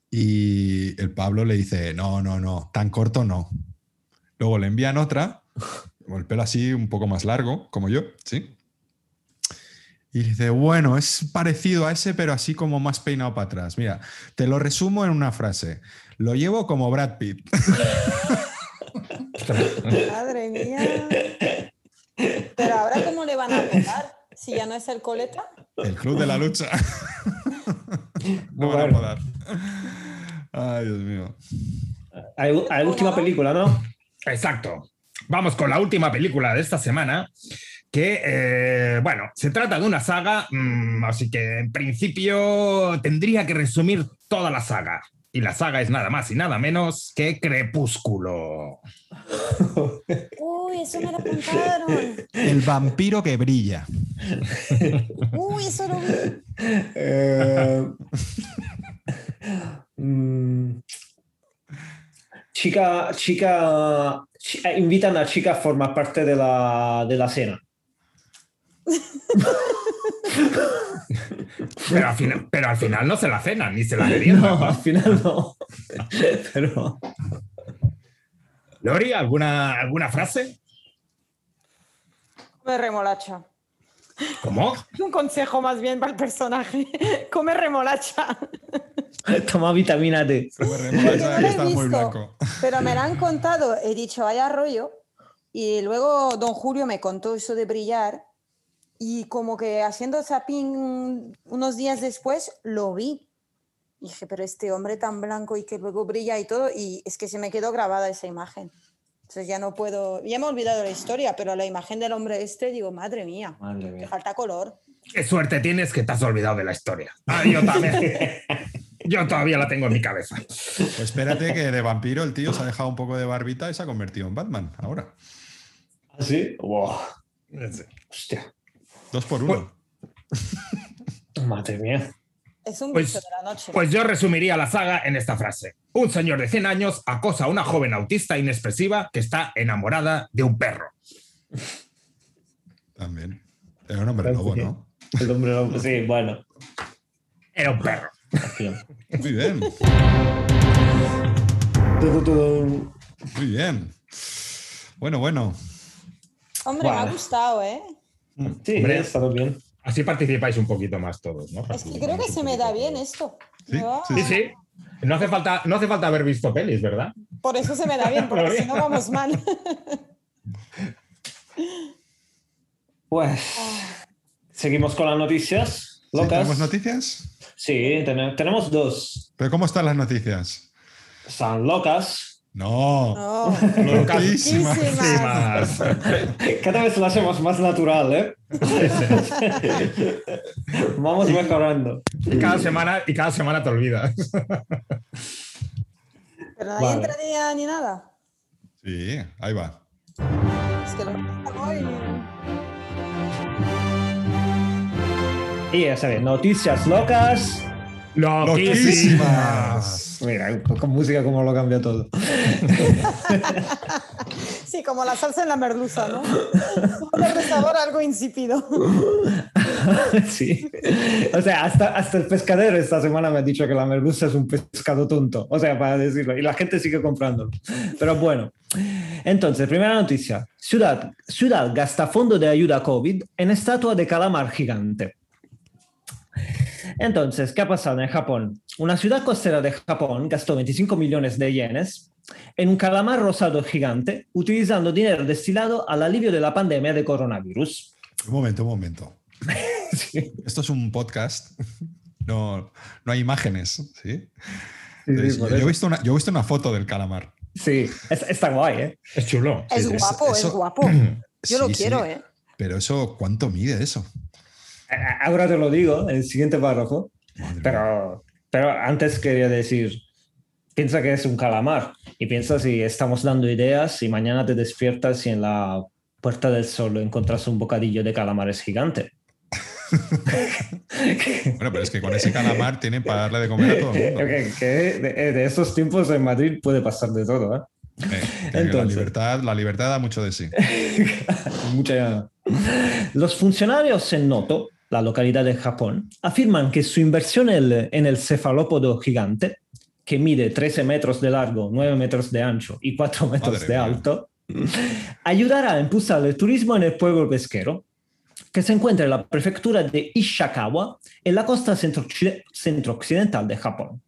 [SPEAKER 1] Y el Pablo le dice, no, no, no, tan corto no. Luego le envían otra, con el pelo así un poco más largo, como yo, ¿sí? Y dice, bueno, es parecido a ese, pero así como más peinado para atrás. Mira, te lo resumo en una frase. Lo llevo como Brad Pitt.
[SPEAKER 3] Madre mía. Pero ahora, ¿cómo le van a votar? Si ya no es el coleta.
[SPEAKER 1] El club de la lucha. no van a
[SPEAKER 4] Bueno.
[SPEAKER 1] podar. Ay, Dios mío.
[SPEAKER 4] Hay, hay última película, ¿no?
[SPEAKER 5] Exacto. Vamos con la última película de esta semana, que, eh, bueno, se trata de una saga, mm, así que en principio tendría que resumir toda la saga. Y la saga es nada más y nada menos que Crepúsculo.
[SPEAKER 3] Uy, eso me lo apuntaron.
[SPEAKER 1] El vampiro que brilla.
[SPEAKER 3] Uy, eso lo vi.
[SPEAKER 4] Eh, mm, chica, chica, chi- eh, invitan a chica a formar parte de la, de la cena.
[SPEAKER 5] Pero al final, pero al final no se la cenan ni se la meriendan.
[SPEAKER 4] No, al final no. Pero
[SPEAKER 5] Lori, ¿alguna, ¿alguna frase?
[SPEAKER 3] Come remolacha.
[SPEAKER 5] ¿Cómo?
[SPEAKER 3] Un consejo más bien para el personaje. Come remolacha.
[SPEAKER 4] toma vitamina D.
[SPEAKER 1] Como
[SPEAKER 3] Porque
[SPEAKER 1] remolacha
[SPEAKER 3] no
[SPEAKER 1] que
[SPEAKER 3] lo he
[SPEAKER 1] está muy
[SPEAKER 3] visto,
[SPEAKER 1] blanco.
[SPEAKER 3] Pero me lo han contado, he dicho, vaya rollo. Y luego don Julio me contó eso de brillar. Y como que haciendo zapping unos días después, lo vi. Y dije, pero este hombre tan blanco y que luego brilla y todo. Y es que se me quedó grabada esa imagen. Entonces ya no puedo, ya me he olvidado la historia, pero la imagen del hombre este, digo, madre mía,
[SPEAKER 4] Madre
[SPEAKER 3] que
[SPEAKER 4] mía.
[SPEAKER 3] falta color.
[SPEAKER 5] Qué suerte tienes que te has olvidado de la historia. Ah, yo también. Yo todavía la tengo en mi cabeza.
[SPEAKER 1] Pues espérate que de vampiro el tío se ha dejado un poco de barbita y se ha convertido en Batman ahora.
[SPEAKER 4] ¿Ah, sí? Wow.
[SPEAKER 5] Sí.
[SPEAKER 4] Hostia.
[SPEAKER 1] Dos por uno.
[SPEAKER 3] Pues
[SPEAKER 4] Madre mía.
[SPEAKER 3] Es un
[SPEAKER 5] Pues-
[SPEAKER 3] bicho de la noche.
[SPEAKER 5] Pues yo resumiría la saga en esta frase. Un señor de 100 años acosa a una joven autista inexpresiva que está enamorada de un perro.
[SPEAKER 1] También. Era un
[SPEAKER 3] Pues
[SPEAKER 1] hombre lobo, ¿no?
[SPEAKER 4] El hombre lobo. Sí, bueno.
[SPEAKER 5] Era un perro.
[SPEAKER 4] al final.
[SPEAKER 1] Muy bien,
[SPEAKER 4] Tudu, tudu.
[SPEAKER 1] muy bien. Bueno, bueno.
[SPEAKER 3] Hombre, me ha
[SPEAKER 4] Vale.
[SPEAKER 3] gustado, ¿eh?
[SPEAKER 4] Sí,
[SPEAKER 5] Hombre.
[SPEAKER 4] ha estado bien.
[SPEAKER 5] Así participáis un poquito más todos, ¿no?
[SPEAKER 3] Es que creo que se me da bien esto.
[SPEAKER 1] Sí,
[SPEAKER 3] Me va-
[SPEAKER 5] Sí, sí. No hace falta, no hace falta haber visto pelis, ¿verdad?
[SPEAKER 3] Por eso se me da bien, porque si no vamos mal.
[SPEAKER 4] Pues seguimos con las noticias
[SPEAKER 1] ¿Sí,
[SPEAKER 4] locas.
[SPEAKER 1] ¿Tenemos noticias?
[SPEAKER 4] Sí, tene- tenemos dos.
[SPEAKER 1] ¿Pero cómo están las noticias?
[SPEAKER 4] Están locas.
[SPEAKER 1] No.
[SPEAKER 3] No.
[SPEAKER 1] Loquísimas.
[SPEAKER 3] Loquísimas.
[SPEAKER 4] Cada vez lo hacemos más natural, ¿eh? Vamos mejorando.
[SPEAKER 5] Y cada semana, y cada semana te olvidas.
[SPEAKER 3] Pero nadie
[SPEAKER 4] Vale.
[SPEAKER 3] entraría ni nada.
[SPEAKER 1] Sí, ahí va.
[SPEAKER 3] Es que lo Ay,
[SPEAKER 4] Y ya sabes, noticias locas.
[SPEAKER 1] Loquísimas.
[SPEAKER 4] Mira, con música como lo cambia todo.
[SPEAKER 3] Sí, como la salsa en la merluza, ¿no? Un de sabor algo insípido.
[SPEAKER 4] sí. O sea, hasta, hasta el pescadero esta semana me ha dicho que la merluza es un pescado tonto. O sea, para decirlo. Y la gente sigue comprándolo. Pero bueno. Entonces, primera noticia. Ciudad, ciudad gasta fondo de ayuda COVID en estatua de calamar gigante. Entonces, ¿qué ha pasado en Japón? Una ciudad costera de Japón gastó 25 millones de yenes en un calamar rosado gigante utilizando dinero destinado al alivio de la pandemia de coronavirus.
[SPEAKER 1] Un momento, un momento.
[SPEAKER 4] Sí,
[SPEAKER 1] Esto es un podcast. No, no hay imágenes, ¿sí?
[SPEAKER 4] sí, sí,
[SPEAKER 1] Entonces,
[SPEAKER 4] por
[SPEAKER 1] yo, yo
[SPEAKER 4] eso.
[SPEAKER 1] he visto una, yo he visto una foto del calamar.
[SPEAKER 4] Sí, es- está guay, ¿eh?
[SPEAKER 5] Es chulo.
[SPEAKER 3] Es
[SPEAKER 1] sí,
[SPEAKER 3] guapo,
[SPEAKER 1] eso-
[SPEAKER 3] es guapo. Yo lo
[SPEAKER 1] Sí, sí.
[SPEAKER 3] quiero, ¿eh?
[SPEAKER 1] Pero eso, ¿cuánto mide eso?
[SPEAKER 4] A- a- Ahora te lo digo en el siguiente párrafo,
[SPEAKER 1] Madre mía.
[SPEAKER 4] pero, pero antes quería decir, piensa que es un calamar y piensa si estamos dando ideas y mañana te despiertas y en la Puerta del Sol encontras un bocadillo de calamares gigante.
[SPEAKER 1] Bueno, pero es que con ese calamar tienen para darle de comer a todo el mundo. Eh,
[SPEAKER 4] Que- que de, de estos tiempos en Madrid puede pasar de todo, ¿eh?
[SPEAKER 1] Eh, que la,
[SPEAKER 4] Entonces.
[SPEAKER 1] libertad, la libertad da mucho de sí.
[SPEAKER 4] Mucha- Los funcionarios en Noto, la localidad de Japón, afirman que su inversión en el- en el cefalópodo gigante, que mide 13 metros de largo, 9 metros de ancho y 4 metros
[SPEAKER 1] Madre
[SPEAKER 4] de
[SPEAKER 1] mía.
[SPEAKER 4] alto, ayudará a impulsar el turismo en el pueblo pesquero, que se encuentra en la prefectura de Ishikawa, en la costa centro- centro-occidental de Japón.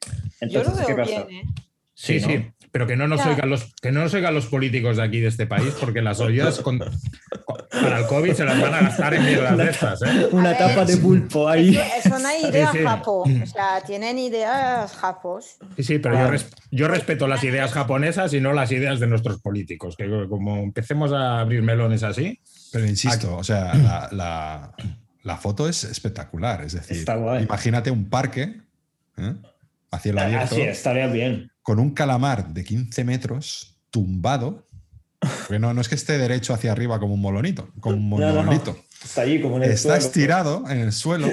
[SPEAKER 3] Yo lo
[SPEAKER 4] Entonces, ¿qué
[SPEAKER 3] veo
[SPEAKER 4] pasa?
[SPEAKER 3] bien, ¿eh?
[SPEAKER 5] Sí,
[SPEAKER 4] ¿no?
[SPEAKER 5] sí. Pero que no, nos
[SPEAKER 3] Ya.
[SPEAKER 5] oigan los, que no nos oigan los políticos de aquí, de este país, porque las ayudas con- con- para el COVID se las van a gastar en mierdas de estas. ¿eh?
[SPEAKER 3] A
[SPEAKER 4] Una
[SPEAKER 3] ver,
[SPEAKER 4] tapa de
[SPEAKER 3] sí.
[SPEAKER 4] pulpo ahí.
[SPEAKER 3] Es, es una idea
[SPEAKER 5] Sí, sí.
[SPEAKER 3] japo. O sea, tienen ideas japos.
[SPEAKER 5] Sí, sí, pero yo, res- yo respeto las ideas japonesas y no las ideas de nuestros políticos. Que como empecemos a abrir melones así,
[SPEAKER 1] Pero insisto, o sea, la, la- la foto es espectacular. Es decir,
[SPEAKER 4] Está guay.
[SPEAKER 1] imagínate un parque ¿eh? a cielo abierto
[SPEAKER 4] Así es, estaría bien.
[SPEAKER 1] con un calamar de 15 metros tumbado. Porque no, no es que esté derecho hacia arriba como un molonito, como un
[SPEAKER 4] No, no.
[SPEAKER 1] monolito.
[SPEAKER 4] Está allí como en el
[SPEAKER 1] Está
[SPEAKER 4] suelo.
[SPEAKER 1] estirado en el suelo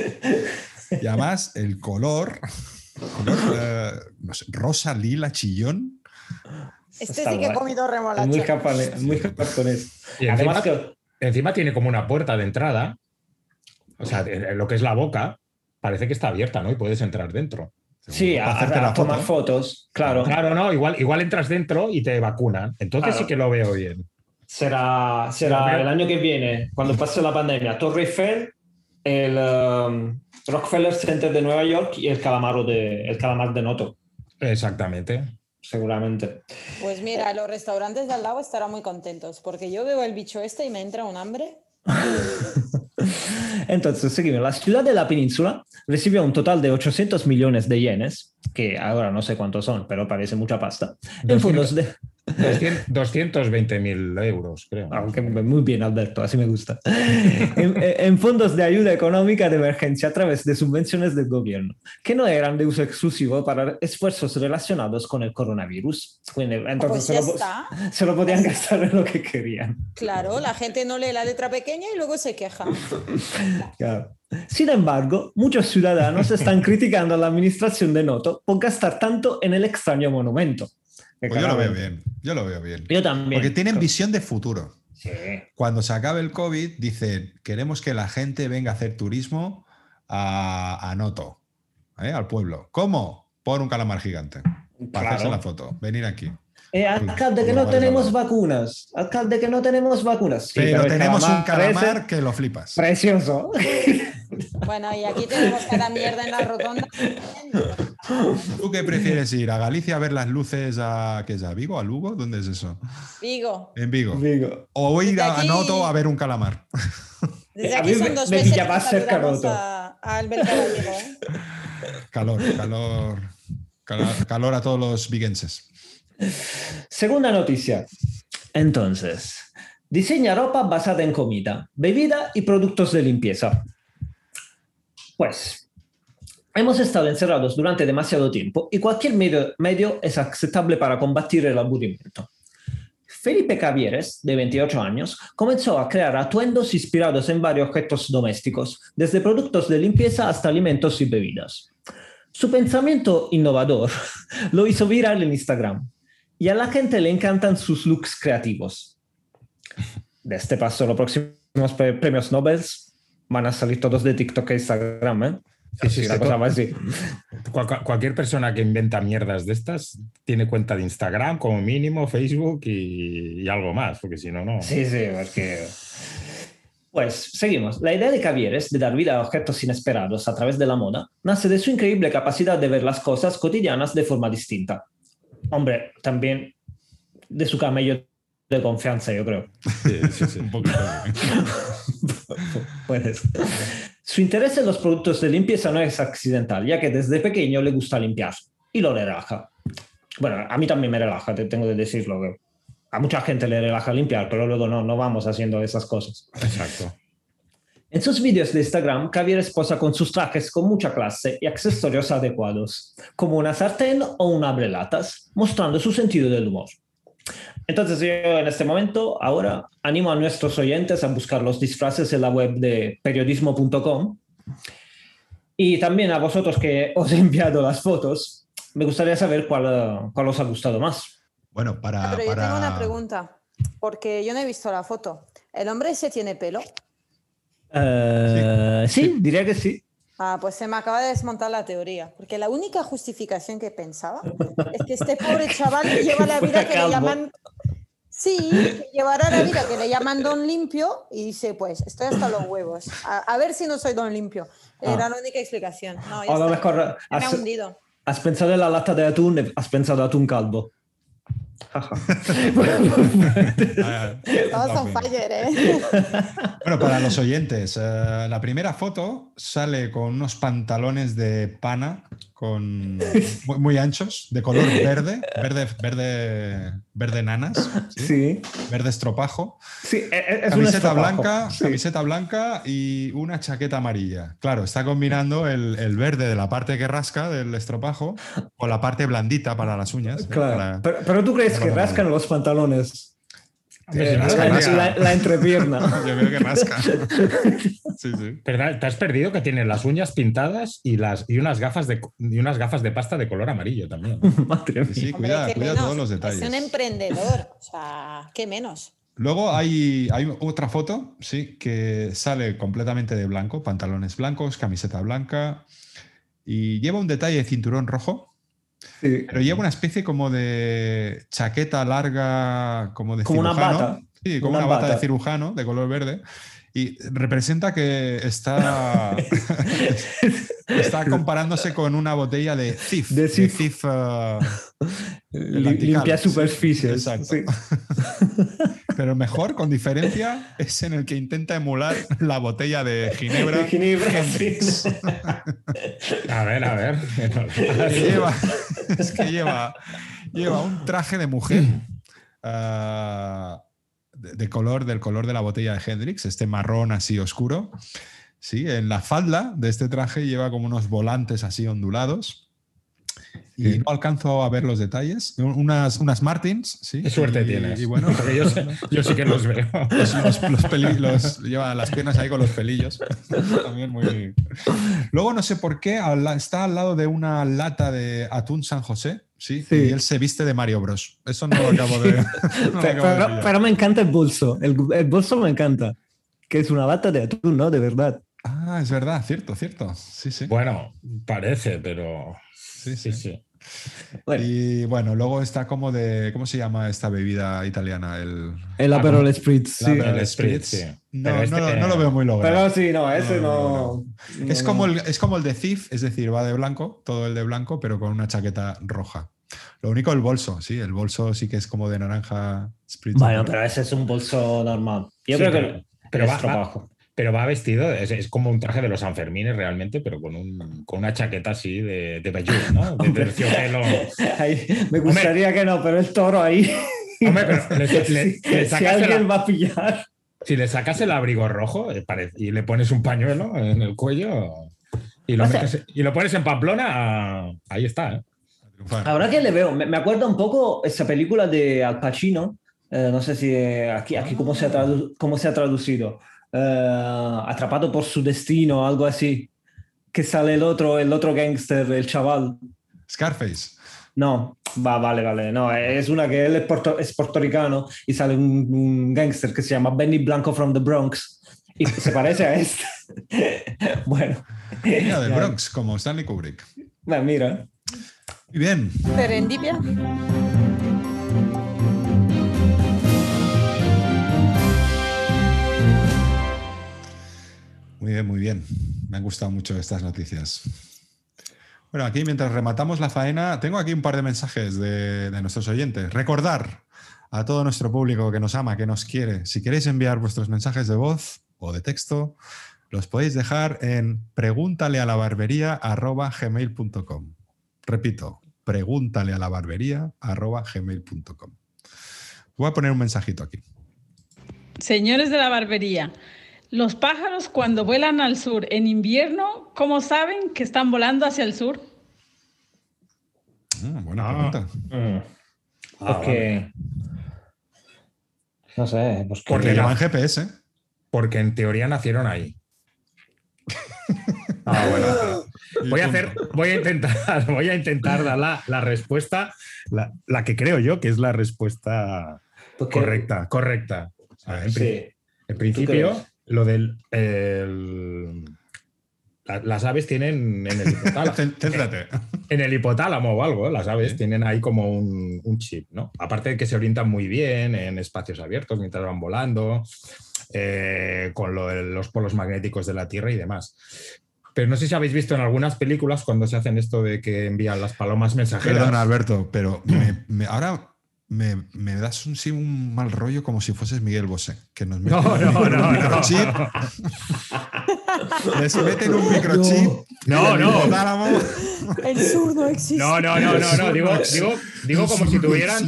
[SPEAKER 1] y además el color, color, eh, no sé, rosa, lila, chillón.
[SPEAKER 3] Este
[SPEAKER 4] Está
[SPEAKER 3] sí que he
[SPEAKER 4] guay.
[SPEAKER 3] comido remolacha.
[SPEAKER 4] Es muy japone- muy japonés.
[SPEAKER 5] Y
[SPEAKER 4] Además
[SPEAKER 5] encima,
[SPEAKER 4] que
[SPEAKER 5] encima tiene como una puerta de entrada, o sea, de- lo que es la boca, parece que está abierta, ¿no? Y puedes entrar dentro.
[SPEAKER 4] sí,
[SPEAKER 1] Para
[SPEAKER 4] a,
[SPEAKER 1] hacerte
[SPEAKER 4] a-
[SPEAKER 1] la
[SPEAKER 4] a tomar
[SPEAKER 1] foto.
[SPEAKER 4] fotos, claro.
[SPEAKER 5] Claro, no, igual, igual entras dentro y te vacunan. Entonces
[SPEAKER 4] Claro.
[SPEAKER 5] sí que lo veo bien.
[SPEAKER 4] Será, será el año que viene, cuando pase la pandemia, Torre Eiffel, el um, Rockefeller Center de Nueva York y el calamaro de el calamar de Noto,
[SPEAKER 5] Exactamente.
[SPEAKER 4] seguramente.
[SPEAKER 3] Pues mira, los restaurantes de al lado estarán muy contentos, porque yo veo el bicho este y me entra un hambre.
[SPEAKER 4] Entonces, seguimos. La ciudad de la península recibió un total de 800 millones de yenes, que ahora no sé cuántos son, pero parece mucha pasta, en fondos de
[SPEAKER 5] 220.000 euros, creo.
[SPEAKER 4] Aunque muy bien, Alberto, así me gusta. En, en fondos de ayuda económica de emergencia a través de subvenciones del gobierno, que no eran de uso exclusivo para esfuerzos relacionados con el coronavirus. Bueno,
[SPEAKER 3] Pues
[SPEAKER 4] Entonces
[SPEAKER 3] ya
[SPEAKER 4] se, lo,
[SPEAKER 3] está. Pues
[SPEAKER 4] se lo podían gastar en lo que querían.
[SPEAKER 3] Claro, la gente no lee la letra pequeña y luego se queja.
[SPEAKER 4] Claro. Sin embargo, muchos ciudadanos están criticando a la administración de Noto por gastar tanto en el extraño monumento. Que
[SPEAKER 1] Pues yo lo
[SPEAKER 4] cada
[SPEAKER 1] veo
[SPEAKER 4] vez-
[SPEAKER 1] bien, yo lo veo bien.
[SPEAKER 4] Yo también.
[SPEAKER 1] Porque tienen visión de futuro.
[SPEAKER 4] Sí.
[SPEAKER 1] Cuando se acabe el COVID, dicen, queremos que la gente venga a hacer turismo a, a Noto, ¿eh? al pueblo. ¿Cómo? Por un calamar gigante. Para
[SPEAKER 4] Claro.
[SPEAKER 1] hacerse la foto. Venir aquí.
[SPEAKER 4] Eh, alcalde, que no
[SPEAKER 1] Bueno,
[SPEAKER 4] tenemos
[SPEAKER 1] bueno.
[SPEAKER 4] vacunas. Alcalde, que no tenemos vacunas. Sí,
[SPEAKER 1] pero,
[SPEAKER 4] el
[SPEAKER 1] tenemos un
[SPEAKER 4] parece
[SPEAKER 1] calamar que lo flipas.
[SPEAKER 4] Precioso.
[SPEAKER 3] Bueno, y aquí tenemos cada mierda en la rotonda.
[SPEAKER 1] ¿Tú qué prefieres ir? ¿A Galicia a ver las luces a, ¿qué es, a Vigo? ¿A Lugo? ¿Dónde es eso?
[SPEAKER 3] Digo,
[SPEAKER 1] En Vigo.
[SPEAKER 4] Digo.
[SPEAKER 1] O ir
[SPEAKER 3] Desde
[SPEAKER 1] a, a
[SPEAKER 3] aquí-
[SPEAKER 1] Noto a ver un calamar.
[SPEAKER 3] desde
[SPEAKER 4] Eh, A
[SPEAKER 3] aquí
[SPEAKER 4] mí
[SPEAKER 3] son
[SPEAKER 4] me-
[SPEAKER 3] dos
[SPEAKER 4] me
[SPEAKER 3] veces
[SPEAKER 4] pilla
[SPEAKER 3] que
[SPEAKER 4] más cerca
[SPEAKER 3] saludamos
[SPEAKER 4] roto.
[SPEAKER 3] a, a Albert Caballero. ¿eh?
[SPEAKER 1] Calor, calor. Calor, calor a todos los viguenses.
[SPEAKER 4] Segunda noticia. Entonces, diseña ropa basada en comida, bebida y productos de limpieza. Pues, hemos estado encerrados durante demasiado tiempo y cualquier medio, medio es aceptable para combatir el aburrimiento. Felipe Cavieres, de 28 años, comenzó a crear atuendos inspirados en varios objetos domésticos, desde productos de limpieza hasta alimentos y bebidas. Su pensamiento innovador lo hizo viral en Instagram y a la gente le encantan sus looks creativos. De este paso, los próximos pre- premios Nobel van a salir todos de TikTok e Instagram, ¿eh?
[SPEAKER 5] Ah, Sí, sí,
[SPEAKER 4] Una
[SPEAKER 5] sí.
[SPEAKER 4] cosa más así.
[SPEAKER 5] Cual- cual- cualquier persona que inventa mierdas de estas tiene cuenta de Instagram como mínimo, Facebook y, y algo más, porque si no, no.
[SPEAKER 4] Sí, sí, porque... Pues seguimos. La idea de Cavieres de dar vida a objetos inesperados a través de la moda nace de su increíble capacidad de ver las cosas cotidianas de forma distinta. Hombre, también de su camello de confianza, yo creo.
[SPEAKER 5] Sí, sí, sí.
[SPEAKER 1] Un poquito.
[SPEAKER 4] Puedes. Pues, Su interés en los productos de limpieza no es accidental, ya que desde pequeño le gusta limpiar y lo relaja. Bueno, a mí también me relaja, te tengo que decirlo. que a mucha gente le relaja limpiar, pero luego no, no vamos haciendo esas cosas.
[SPEAKER 5] Exacto.
[SPEAKER 4] En sus vídeos de Instagram, Javier posa con sus trajes con mucha clase y accesorios adecuados, como una sartén o un abrelatas, mostrando su sentido del humor. Entonces yo en este momento ahora animo a nuestros oyentes a buscar los disfraces en la web de periodismo.com y también a vosotros que os he enviado las fotos, me gustaría saber cuál, eh, cuál os ha gustado más.
[SPEAKER 1] Bueno, para.
[SPEAKER 3] Ah, Pero yo
[SPEAKER 1] para-
[SPEAKER 3] tengo una pregunta, porque yo no he visto la foto. ¿El hombre ese tiene pelo?
[SPEAKER 4] Eh, sí, diría que sí.
[SPEAKER 3] Ah, pues se me acaba de desmontar la teoría, porque la única justificación que pensaba es que este pobre chaval lleva la vida que
[SPEAKER 4] Calvo.
[SPEAKER 3] le llaman... Sí, que llevará la vida que le llaman don limpio y dice, pues, estoy hasta los huevos. A, a ver si no soy don limpio. Era
[SPEAKER 4] Ah.
[SPEAKER 3] la única explicación. No, ya
[SPEAKER 4] A lo
[SPEAKER 3] está.
[SPEAKER 4] mejor
[SPEAKER 3] Me ha
[SPEAKER 4] has-
[SPEAKER 3] hundido.
[SPEAKER 4] Has pensado en la lata de atún, e has pensado atún calvo.
[SPEAKER 1] Ah,
[SPEAKER 3] Todos
[SPEAKER 1] está
[SPEAKER 3] son
[SPEAKER 1] bien.
[SPEAKER 3] fire, ¿eh?
[SPEAKER 1] Bueno, para los oyentes, eh, la primera foto sale con unos pantalones de pana con muy, muy anchos, de color verde, verde, verde, verde nanas, ¿sí?
[SPEAKER 4] sí,
[SPEAKER 1] verde estropajo,
[SPEAKER 4] sí, e- e- es un
[SPEAKER 1] camiseta
[SPEAKER 4] estropajo.
[SPEAKER 1] blanca,
[SPEAKER 4] Sí.
[SPEAKER 1] camiseta blanca y una chaqueta amarilla. Claro, está combinando el, el verde de la parte que rasca del estropajo con la parte blandita para las uñas. ¿eh?
[SPEAKER 4] Claro,
[SPEAKER 1] Para-
[SPEAKER 4] pero, pero tú crees que
[SPEAKER 1] para-
[SPEAKER 4] rascan los pantalones.
[SPEAKER 5] Hombre,
[SPEAKER 4] Eh,
[SPEAKER 5] si
[SPEAKER 4] la,
[SPEAKER 5] rascan,
[SPEAKER 1] rascan.
[SPEAKER 4] la- la entrepierna.
[SPEAKER 1] Yo creo que rasca. Sí, sí.
[SPEAKER 5] ¿Verdad? Te has perdido que tienen las uñas pintadas y, las, y, unas gafas de, y unas gafas de pasta de color amarillo también.
[SPEAKER 4] Madre
[SPEAKER 1] Sí,
[SPEAKER 4] mía.
[SPEAKER 1] sí,
[SPEAKER 3] Hombre,
[SPEAKER 1] cuida,
[SPEAKER 3] ¿qué
[SPEAKER 1] cuida
[SPEAKER 3] menos?
[SPEAKER 1] todos los detalles.
[SPEAKER 3] Es un emprendedor, o sea, ¿qué menos?
[SPEAKER 1] Luego hay, hay otra foto, sí, que sale completamente de blanco, pantalones blancos, camiseta blanca y lleva un detalle de cinturón rojo,
[SPEAKER 4] Sí.
[SPEAKER 1] pero lleva una especie como de chaqueta larga, como de
[SPEAKER 4] Como una
[SPEAKER 1] cirujano.
[SPEAKER 4] bata.
[SPEAKER 1] Sí, como una,
[SPEAKER 4] Una
[SPEAKER 1] bata, de
[SPEAKER 4] bata.
[SPEAKER 1] cirujano de color verde. Y representa que está, está comparándose con una botella de Thief.
[SPEAKER 4] De Cif.
[SPEAKER 1] eh,
[SPEAKER 4] Li-
[SPEAKER 1] vertical,
[SPEAKER 4] limpia
[SPEAKER 1] sí.
[SPEAKER 4] superficies.
[SPEAKER 1] Exacto.
[SPEAKER 4] sí.
[SPEAKER 1] Pero mejor, con diferencia, es en el que intenta emular la botella de Ginebra.
[SPEAKER 4] De Ginebra, sí.
[SPEAKER 1] Hendrix.
[SPEAKER 5] A ver, a ver.
[SPEAKER 1] Que lleva, es que lleva, lleva un traje de mujer ah, de, de color, del color de la botella de Hendrix, este marrón así oscuro. Sí, en la falda de este traje lleva como unos volantes así ondulados. Y no alcanzo a ver los detalles. Unas, unas Martins, sí.
[SPEAKER 5] Qué suerte
[SPEAKER 1] y-
[SPEAKER 5] tienes.
[SPEAKER 1] Y bueno,
[SPEAKER 5] Porque yo, sé- yo sí que los veo.
[SPEAKER 1] los, los- los peli- los- lleva las piernas ahí con los pelillos. También muy- Luego no sé por qué al la- está al lado de una lata de atún San José, sí,
[SPEAKER 6] Sí.
[SPEAKER 1] y él se viste de Mario Bros. Eso no lo acabo de. no
[SPEAKER 6] Pero,
[SPEAKER 1] lo acabo de
[SPEAKER 6] pero-
[SPEAKER 1] pillar.
[SPEAKER 6] pero me encanta el bolso. El, el bolso me encanta. Que es una bata de atún, ¿no? De verdad.
[SPEAKER 1] Ah, es verdad, cierto, cierto. Sí, sí.
[SPEAKER 5] Bueno, parece, pero.
[SPEAKER 1] sí,
[SPEAKER 5] Sí,
[SPEAKER 1] sí.
[SPEAKER 5] sí.
[SPEAKER 6] Bueno,
[SPEAKER 1] Y bueno, luego está como de. ¿Cómo se llama esta bebida italiana? El.
[SPEAKER 6] el Aperol Spritz. Sí.
[SPEAKER 5] Aperol
[SPEAKER 1] el
[SPEAKER 5] Spritz,
[SPEAKER 1] Spritz.
[SPEAKER 5] sí.
[SPEAKER 1] No,
[SPEAKER 5] Pero este-
[SPEAKER 1] no, lo- no lo veo muy logrado.
[SPEAKER 4] Pero sí, no, ese
[SPEAKER 1] No,
[SPEAKER 4] no.
[SPEAKER 1] Es
[SPEAKER 4] no,
[SPEAKER 1] como,
[SPEAKER 4] no.
[SPEAKER 1] el, es como el de Thief, es decir, va de blanco, todo el de blanco, pero con una chaqueta roja. Lo único el bolso, sí, el bolso sí que es como de naranja spritz.
[SPEAKER 6] Bueno,
[SPEAKER 4] Pero ese es un bolso normal. Yo
[SPEAKER 5] Sí,
[SPEAKER 4] creo
[SPEAKER 5] pero-
[SPEAKER 4] que
[SPEAKER 5] pero
[SPEAKER 4] es
[SPEAKER 5] va- va-
[SPEAKER 4] trabajo.
[SPEAKER 5] Pero va vestido, es, es como un traje de los Sanfermines realmente, pero con, un, con una chaqueta así de, de vellut, ¿no? De terciopelo.
[SPEAKER 6] Ay, me gustaría que no, pero el toro ahí.
[SPEAKER 5] Hombre, pero le, le- le
[SPEAKER 6] si
[SPEAKER 5] sacas el-
[SPEAKER 6] alguien va a pillar.
[SPEAKER 5] Si le sacas el abrigo rojo eh, pare- y le pones un pañuelo en el cuello y lo,
[SPEAKER 4] O sea-
[SPEAKER 5] metes- y lo pones en Pamplona, ah, ahí está. ¿eh?
[SPEAKER 4] Ahora que le veo, me, me acuerdo un poco esa película de Al Pacino. eh, no sé si eh, aquí, aquí cómo, se ha tradu- cómo se ha traducido. Eh, atrapado por su destino, algo así. Que sale el otro, el otro gángster, el chaval.
[SPEAKER 1] Scarface.
[SPEAKER 4] No, va, vale, vale. No, es una que él es, puerto- es puertorricano y sale un, un gángster que se llama Benny Blanco from the Bronx. Y se parece a este. bueno.
[SPEAKER 1] Mira, del
[SPEAKER 4] Ya.
[SPEAKER 1] Bronx, como Stanley Kubrick.
[SPEAKER 4] Bueno, mira.
[SPEAKER 1] Muy bien.
[SPEAKER 3] Serendipia.
[SPEAKER 1] Muy bien, muy bien. Me han gustado mucho estas noticias. Bueno, aquí mientras rematamos la faena, tengo aquí un par de mensajes de, de nuestros oyentes. Recordar a todo nuestro público que nos ama, que nos quiere, si queréis enviar vuestros mensajes de voz o de texto, los podéis dejar en pregúntale a la barbería gmail.com. Repito, pregúntale a la barbería gmail.com. Voy a poner un mensajito aquí.
[SPEAKER 7] Señores de la barbería, los pájaros cuando vuelan al sur en invierno, ¿cómo saben que están volando hacia el sur?
[SPEAKER 1] Mm, buena
[SPEAKER 5] Ah.
[SPEAKER 1] pregunta.
[SPEAKER 4] Mm. porque. No sé, pues que-
[SPEAKER 5] Porque
[SPEAKER 1] Porque
[SPEAKER 5] la-
[SPEAKER 1] llevan GPS.
[SPEAKER 5] Porque en teoría nacieron ahí.
[SPEAKER 1] Ah, bueno.
[SPEAKER 5] Voy a hacer, voy a intentar, voy a intentar dar la, la respuesta, la, la que creo yo que es la respuesta
[SPEAKER 4] porque-
[SPEAKER 5] correcta, correcta. O sea, en,
[SPEAKER 4] Sí.
[SPEAKER 5] pri- en principio, lo del el- la- las aves tienen en el hipotálamo,
[SPEAKER 1] Ten- téntrate.
[SPEAKER 5] en el hipotálamo o algo, ¿eh? las aves
[SPEAKER 1] Sí.
[SPEAKER 5] tienen ahí como un, un chip, ¿no? Aparte de que se orientan muy bien en espacios abiertos mientras van volando, eh, con lo de los polos magnéticos de la Tierra y demás. Pero no sé si habéis visto en algunas películas cuando se hacen esto de que envían las palomas mensajeras.
[SPEAKER 1] Perdón, Alberto, pero me- me- ahora me, me das un, sí, un mal rollo como si fueses Miguel Bosé. Que nos meten
[SPEAKER 5] No, no,
[SPEAKER 1] un
[SPEAKER 5] no,
[SPEAKER 1] microchip,
[SPEAKER 5] no.
[SPEAKER 1] Les meten un microchip.
[SPEAKER 5] No,
[SPEAKER 1] en el
[SPEAKER 5] no.
[SPEAKER 1] hipotálamo.
[SPEAKER 3] El sur no existe.
[SPEAKER 5] No, no, no, no, no. Digo, digo, digo como si tuvieran,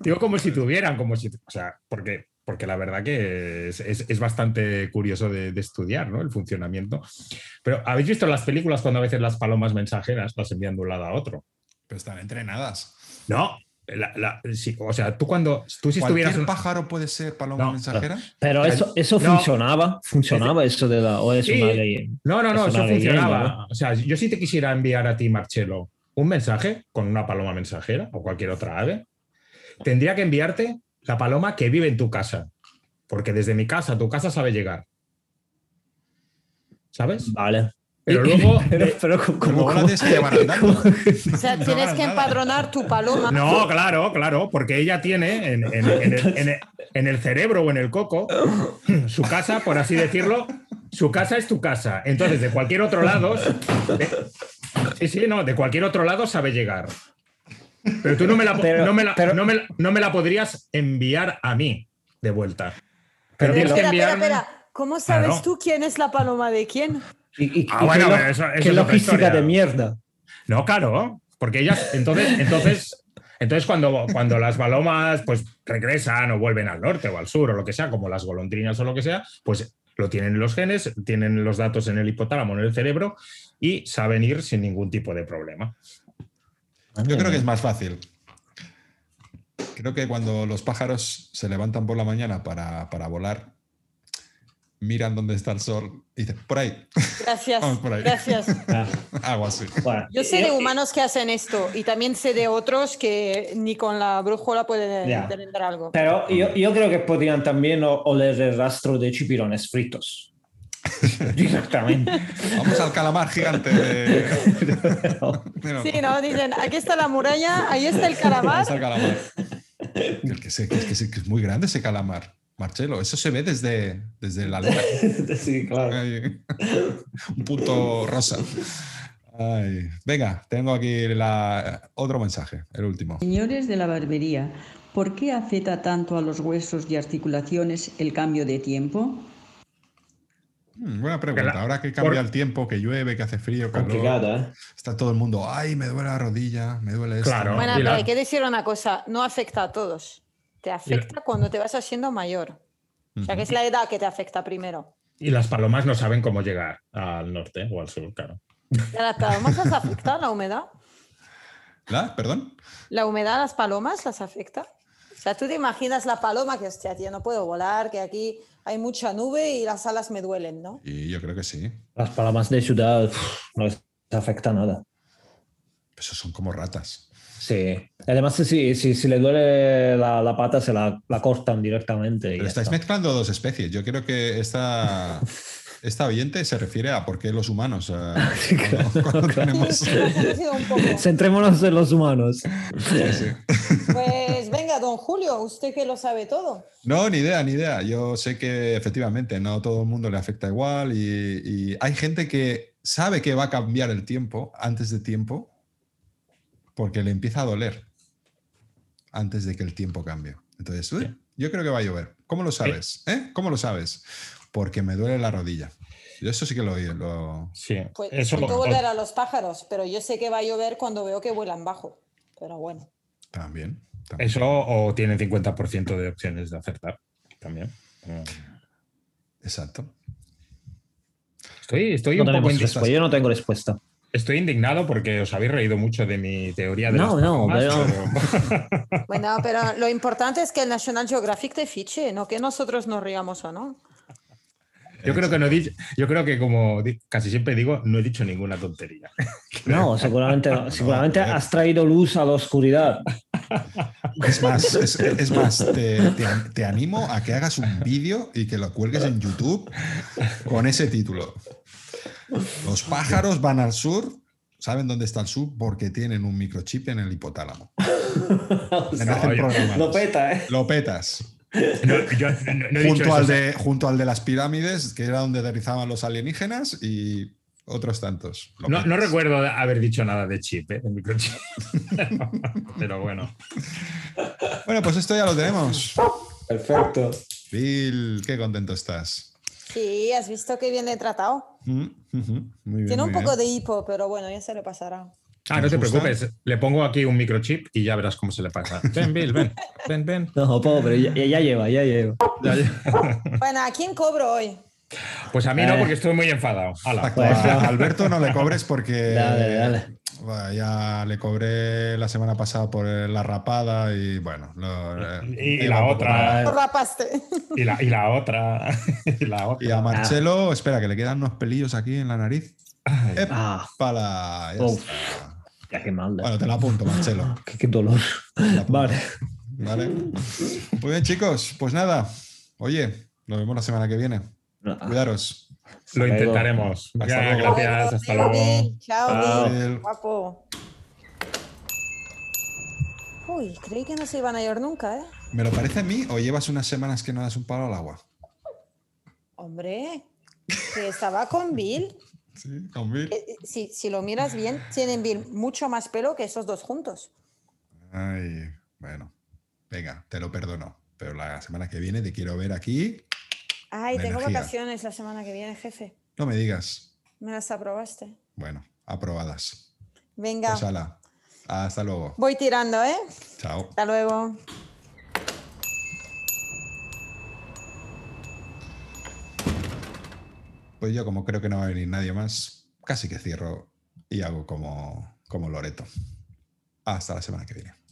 [SPEAKER 5] digo como si tuvieran, como si, o sea, porque, porque la verdad que es, es- es bastante curioso de, de estudiar, ¿no? El funcionamiento. Pero habéis visto las películas cuando a veces las palomas mensajeras las envían de un lado a otro.
[SPEAKER 1] Pero están entrenadas.
[SPEAKER 5] No, la- la- sí, o sea, tú cuando, tú si
[SPEAKER 1] ¿Cualquier
[SPEAKER 5] estuvieras, un-
[SPEAKER 1] pájaro puede ser paloma
[SPEAKER 5] No,
[SPEAKER 1] mensajera?
[SPEAKER 6] Pero eso, eso
[SPEAKER 5] No.
[SPEAKER 6] funcionaba. Funcionaba eso de la. O es
[SPEAKER 5] Sí.
[SPEAKER 6] una ley.
[SPEAKER 5] no, no, no,
[SPEAKER 6] es
[SPEAKER 5] eso
[SPEAKER 6] una leyenda,
[SPEAKER 5] funcionaba.
[SPEAKER 6] ¿no?
[SPEAKER 5] O sea, yo si te quisiera enviar a ti, Marcelo, un mensaje con una paloma mensajera o cualquier otra ave, tendría que enviarte la paloma que vive en tu casa, porque desde mi casa a tu casa sabe llegar. ¿Sabes?
[SPEAKER 6] Vale.
[SPEAKER 5] Pero luego.
[SPEAKER 6] Pero, pero ¿cómo-
[SPEAKER 1] Pero luego la
[SPEAKER 6] cómo-
[SPEAKER 1] tienes que llevar andando.
[SPEAKER 3] O sea,
[SPEAKER 1] No
[SPEAKER 3] tienes
[SPEAKER 1] van
[SPEAKER 3] que
[SPEAKER 1] nada.
[SPEAKER 3] empadronar tu paloma.
[SPEAKER 5] No, claro, claro, porque ella tiene en, en- en el, en el- en el cerebro o en el coco su casa, por así decirlo, su casa es tu casa. Entonces, de cualquier otro lado, de- sí, sí, no, de cualquier otro lado sabe llegar. Pero tú no me la, po-
[SPEAKER 4] Pero-
[SPEAKER 5] no me la-
[SPEAKER 4] pero-
[SPEAKER 5] no me la- no me la podrías enviar a mí de vuelta.
[SPEAKER 3] Pero
[SPEAKER 5] Pero tienes que
[SPEAKER 3] espera, espera,
[SPEAKER 5] enviarme.
[SPEAKER 3] espera. ¿Cómo sabes
[SPEAKER 5] Claro.
[SPEAKER 3] tú quién es la paloma de quién?
[SPEAKER 6] y- y-
[SPEAKER 5] Ah,
[SPEAKER 6] y qué
[SPEAKER 5] bueno,
[SPEAKER 6] lo-
[SPEAKER 5] pero eso- eso
[SPEAKER 6] qué
[SPEAKER 5] es otra
[SPEAKER 6] logística
[SPEAKER 5] historia.
[SPEAKER 6] de mierda.
[SPEAKER 5] No, claro, porque ellas, entonces, entonces, Entonces, cuando, cuando las palomas pues, regresan o vuelven al norte o al sur o lo que sea, como las golondrinas o lo que sea, pues lo tienen los genes, tienen los datos en el hipotálamo, en el cerebro y saben ir sin ningún tipo de problema.
[SPEAKER 4] Ah,
[SPEAKER 1] Yo creo que es más fácil. Creo que cuando los pájaros se levantan por la mañana para, para volar, miran dónde está el sol y dicen, por ahí,
[SPEAKER 3] Gracias,
[SPEAKER 1] Vamos por ahí.
[SPEAKER 3] gracias.
[SPEAKER 4] Ah,
[SPEAKER 1] hago así.
[SPEAKER 4] bueno.
[SPEAKER 3] Yo sé de humanos que hacen esto y también sé de otros que ni con la brújula pueden
[SPEAKER 4] Ya.
[SPEAKER 3] entender algo.
[SPEAKER 4] Pero yo, yo creo que podían también o- oler el rastro de chipirones fritos. Directamente.
[SPEAKER 1] Vamos al calamar gigante de... de no-
[SPEAKER 3] Sí, ¿no? Dicen, aquí está la muralla, ahí está el calamar.
[SPEAKER 1] Vamos al calamar. El que, se- que es, que se- que es muy grande ese calamar, Marcelo. Eso se ve desde, desde la luna.
[SPEAKER 4] sí, claro.
[SPEAKER 1] Ahí. Un punto rosa. Ay. Venga, tengo aquí la, otro mensaje, el último.
[SPEAKER 8] Señores de la barbería, ¿por qué afecta tanto a los huesos y articulaciones el cambio de tiempo?
[SPEAKER 1] Mm, buena pregunta.
[SPEAKER 5] la-
[SPEAKER 1] Ahora que
[SPEAKER 5] por-
[SPEAKER 1] cambia el tiempo, que llueve, que hace frío, calor,
[SPEAKER 4] Complicado, ¿eh?
[SPEAKER 1] está todo el mundo. Ay, me duele la rodilla, me duele esto.
[SPEAKER 5] Claro.
[SPEAKER 3] Bueno,
[SPEAKER 5] Y
[SPEAKER 3] pero
[SPEAKER 5] la-
[SPEAKER 3] hay que decir una cosa, no afecta a todos. Te afecta cuando te vas haciendo mayor. O sea, que es la edad que te afecta primero.
[SPEAKER 5] Y las palomas no saben cómo llegar al norte o al sur, claro.
[SPEAKER 3] ¿Y a las palomas las afecta la humedad?
[SPEAKER 1] ¿La? ¿Perdón?
[SPEAKER 3] ¿La humedad a las palomas las afecta? O sea, tú te imaginas la paloma que, hostia, tío, no puedo volar, que aquí hay mucha nube y las alas me duelen, ¿no?
[SPEAKER 1] Y yo creo que sí.
[SPEAKER 4] Las palomas de ciudad uf, no les afecta nada.
[SPEAKER 1] Esos son como ratas.
[SPEAKER 4] Sí. Además, si, si, si le duele la, la pata, se la, la cortan directamente. y
[SPEAKER 1] Pero
[SPEAKER 4] ya
[SPEAKER 1] estáis
[SPEAKER 4] está.
[SPEAKER 1] mezclando dos especies. Yo creo que esta, esta oyente se refiere a por qué los humanos. eh, cuando- cuando tenemos-
[SPEAKER 3] Sí, me ha confundido un poco.
[SPEAKER 6] Centrémonos en los humanos.
[SPEAKER 3] Pues venga, don Julio, usted que lo sabe todo.
[SPEAKER 1] No, ni idea, ni idea. Yo sé que efectivamente no todo el mundo le afecta igual y, y hay gente que sabe que va a cambiar el tiempo antes de tiempo porque le empieza a doler antes de que el tiempo cambie. Entonces, uy, yo creo que va a llover. ¿Cómo lo sabes? ¿Eh? ¿Cómo lo sabes? Porque me duele la rodilla. Yo eso sí que lo oí. Lo...
[SPEAKER 5] Sí.
[SPEAKER 3] Pues
[SPEAKER 5] Eso,
[SPEAKER 3] tengo que volver a los pájaros, pero yo sé que va a llover cuando veo que vuelan bajo. Pero bueno.
[SPEAKER 1] También. también.
[SPEAKER 5] eso o tienen 50% de opciones de acertar también.
[SPEAKER 4] Ah.
[SPEAKER 1] Exacto.
[SPEAKER 5] Estoy, estoy
[SPEAKER 4] No
[SPEAKER 5] un poco
[SPEAKER 4] tenemos
[SPEAKER 5] indi-
[SPEAKER 4] respuesta. Yo no tengo respuesta.
[SPEAKER 5] estoy indignado porque os habéis reído mucho de mi teoría de
[SPEAKER 4] No,
[SPEAKER 5] las
[SPEAKER 4] no,
[SPEAKER 5] palomas,
[SPEAKER 4] pero-
[SPEAKER 3] Bueno, pero lo importante es que el National Geographic te fiche, no que nosotros nos riamos o no.
[SPEAKER 5] Yo creo que no he dicho, yo creo que como di- casi siempre digo, no he dicho ninguna tontería.
[SPEAKER 4] No, seguramente no. Seguramente
[SPEAKER 1] a ver.
[SPEAKER 4] has traído luz a la oscuridad.
[SPEAKER 1] Es más, es, es más te, te an- te animo a que hagas un vídeo y que lo cuelgues en YouTube con ese título. Los pájaros van al sur, saben dónde está el sur porque tienen un microchip en el hipotálamo. En hacen
[SPEAKER 5] oye,
[SPEAKER 1] programas.
[SPEAKER 4] Lo peta, ¿eh?
[SPEAKER 1] Lo petas.
[SPEAKER 5] No, yo no- no he dicho
[SPEAKER 1] Junto
[SPEAKER 5] eso,
[SPEAKER 1] al,
[SPEAKER 5] o sea,
[SPEAKER 1] de, junto al de las pirámides, que era donde aterrizaban los alienígenas y otros tantos. Lo
[SPEAKER 5] no,
[SPEAKER 1] petas.
[SPEAKER 5] no recuerdo haber dicho nada de chip, ¿eh? de microchip. Pero bueno.
[SPEAKER 1] Bueno, pues esto ya lo tenemos.
[SPEAKER 4] Perfecto.
[SPEAKER 1] Bill, qué contento estás.
[SPEAKER 3] Sí, has visto que bien he tratado.
[SPEAKER 1] Mm, ujú, muy bien,
[SPEAKER 3] Tiene un
[SPEAKER 1] muy
[SPEAKER 3] poco
[SPEAKER 1] bien.
[SPEAKER 3] de hipo, pero bueno, ya se le pasará.
[SPEAKER 5] Ah, no te
[SPEAKER 1] ¿Nos gusta?
[SPEAKER 5] preocupes, le pongo aquí un microchip y ya verás cómo se le pasa. Ven, Bill, ven, ven, ven.
[SPEAKER 6] No, pobre, ya, ya lleva, ya lleva.
[SPEAKER 3] Bueno, ¿a quién cobro hoy?
[SPEAKER 5] Pues a mí no, porque estoy muy enfadado. Hala.
[SPEAKER 1] Exacto. A Alberto no le cobres porque
[SPEAKER 4] Dale, dale.
[SPEAKER 1] Bueno, ya le cobré la semana pasada por la rapada y bueno. lo-
[SPEAKER 5] Y, y
[SPEAKER 1] eh,
[SPEAKER 5] la
[SPEAKER 1] tampoco nada.
[SPEAKER 5] otra,
[SPEAKER 3] Lo rapaste.
[SPEAKER 5] y la, y la otra, y la
[SPEAKER 1] Y
[SPEAKER 5] otra.
[SPEAKER 1] a Marcelo, espera, que le quedan unos pelillos aquí en la nariz.
[SPEAKER 4] Ah,
[SPEAKER 1] Para.
[SPEAKER 4] Uf. ya qué mal. ¿eh?
[SPEAKER 1] Bueno, te la apunto, Marcelo.
[SPEAKER 4] Qué, qué dolor. Vale.
[SPEAKER 1] Vale. Muy bien, chicos. Pues nada. Oye, nos vemos la semana que viene. Cuidaros.
[SPEAKER 5] Lo
[SPEAKER 4] luego.
[SPEAKER 5] intentaremos.
[SPEAKER 1] Hasta
[SPEAKER 5] Ya,
[SPEAKER 1] luego.
[SPEAKER 5] gracias, hasta
[SPEAKER 3] Bueno,
[SPEAKER 5] luego.
[SPEAKER 3] Bill, Chao, Bill.
[SPEAKER 1] Adiós.
[SPEAKER 3] Guapo. Uy, creí que no se iban a ir nunca, ¿eh?
[SPEAKER 1] ¿Me lo parece a mí o llevas unas semanas que no das un palo al agua?
[SPEAKER 3] Hombre, que estaba con Bill.
[SPEAKER 1] Sí, con mil.
[SPEAKER 3] Eh, eh, Si, si lo miras bien, tienen Bill mucho más pelo que esos dos juntos.
[SPEAKER 1] Ay, bueno. Venga, te lo perdono. Pero la semana que viene te quiero ver aquí.
[SPEAKER 3] Ay,
[SPEAKER 1] La
[SPEAKER 3] tengo
[SPEAKER 1] energía.
[SPEAKER 3] vacaciones la semana que viene, jefe.
[SPEAKER 1] No me digas.
[SPEAKER 3] Me las aprobaste.
[SPEAKER 1] Bueno, aprobadas.
[SPEAKER 3] Venga,
[SPEAKER 1] Pues ala. Hasta luego.
[SPEAKER 3] Voy tirando, ¿eh?
[SPEAKER 1] Chao.
[SPEAKER 3] Hasta luego.
[SPEAKER 1] Pues yo, como creo que no va a venir nadie más, casi que cierro y hago como, como Loreto. Hasta la semana que viene.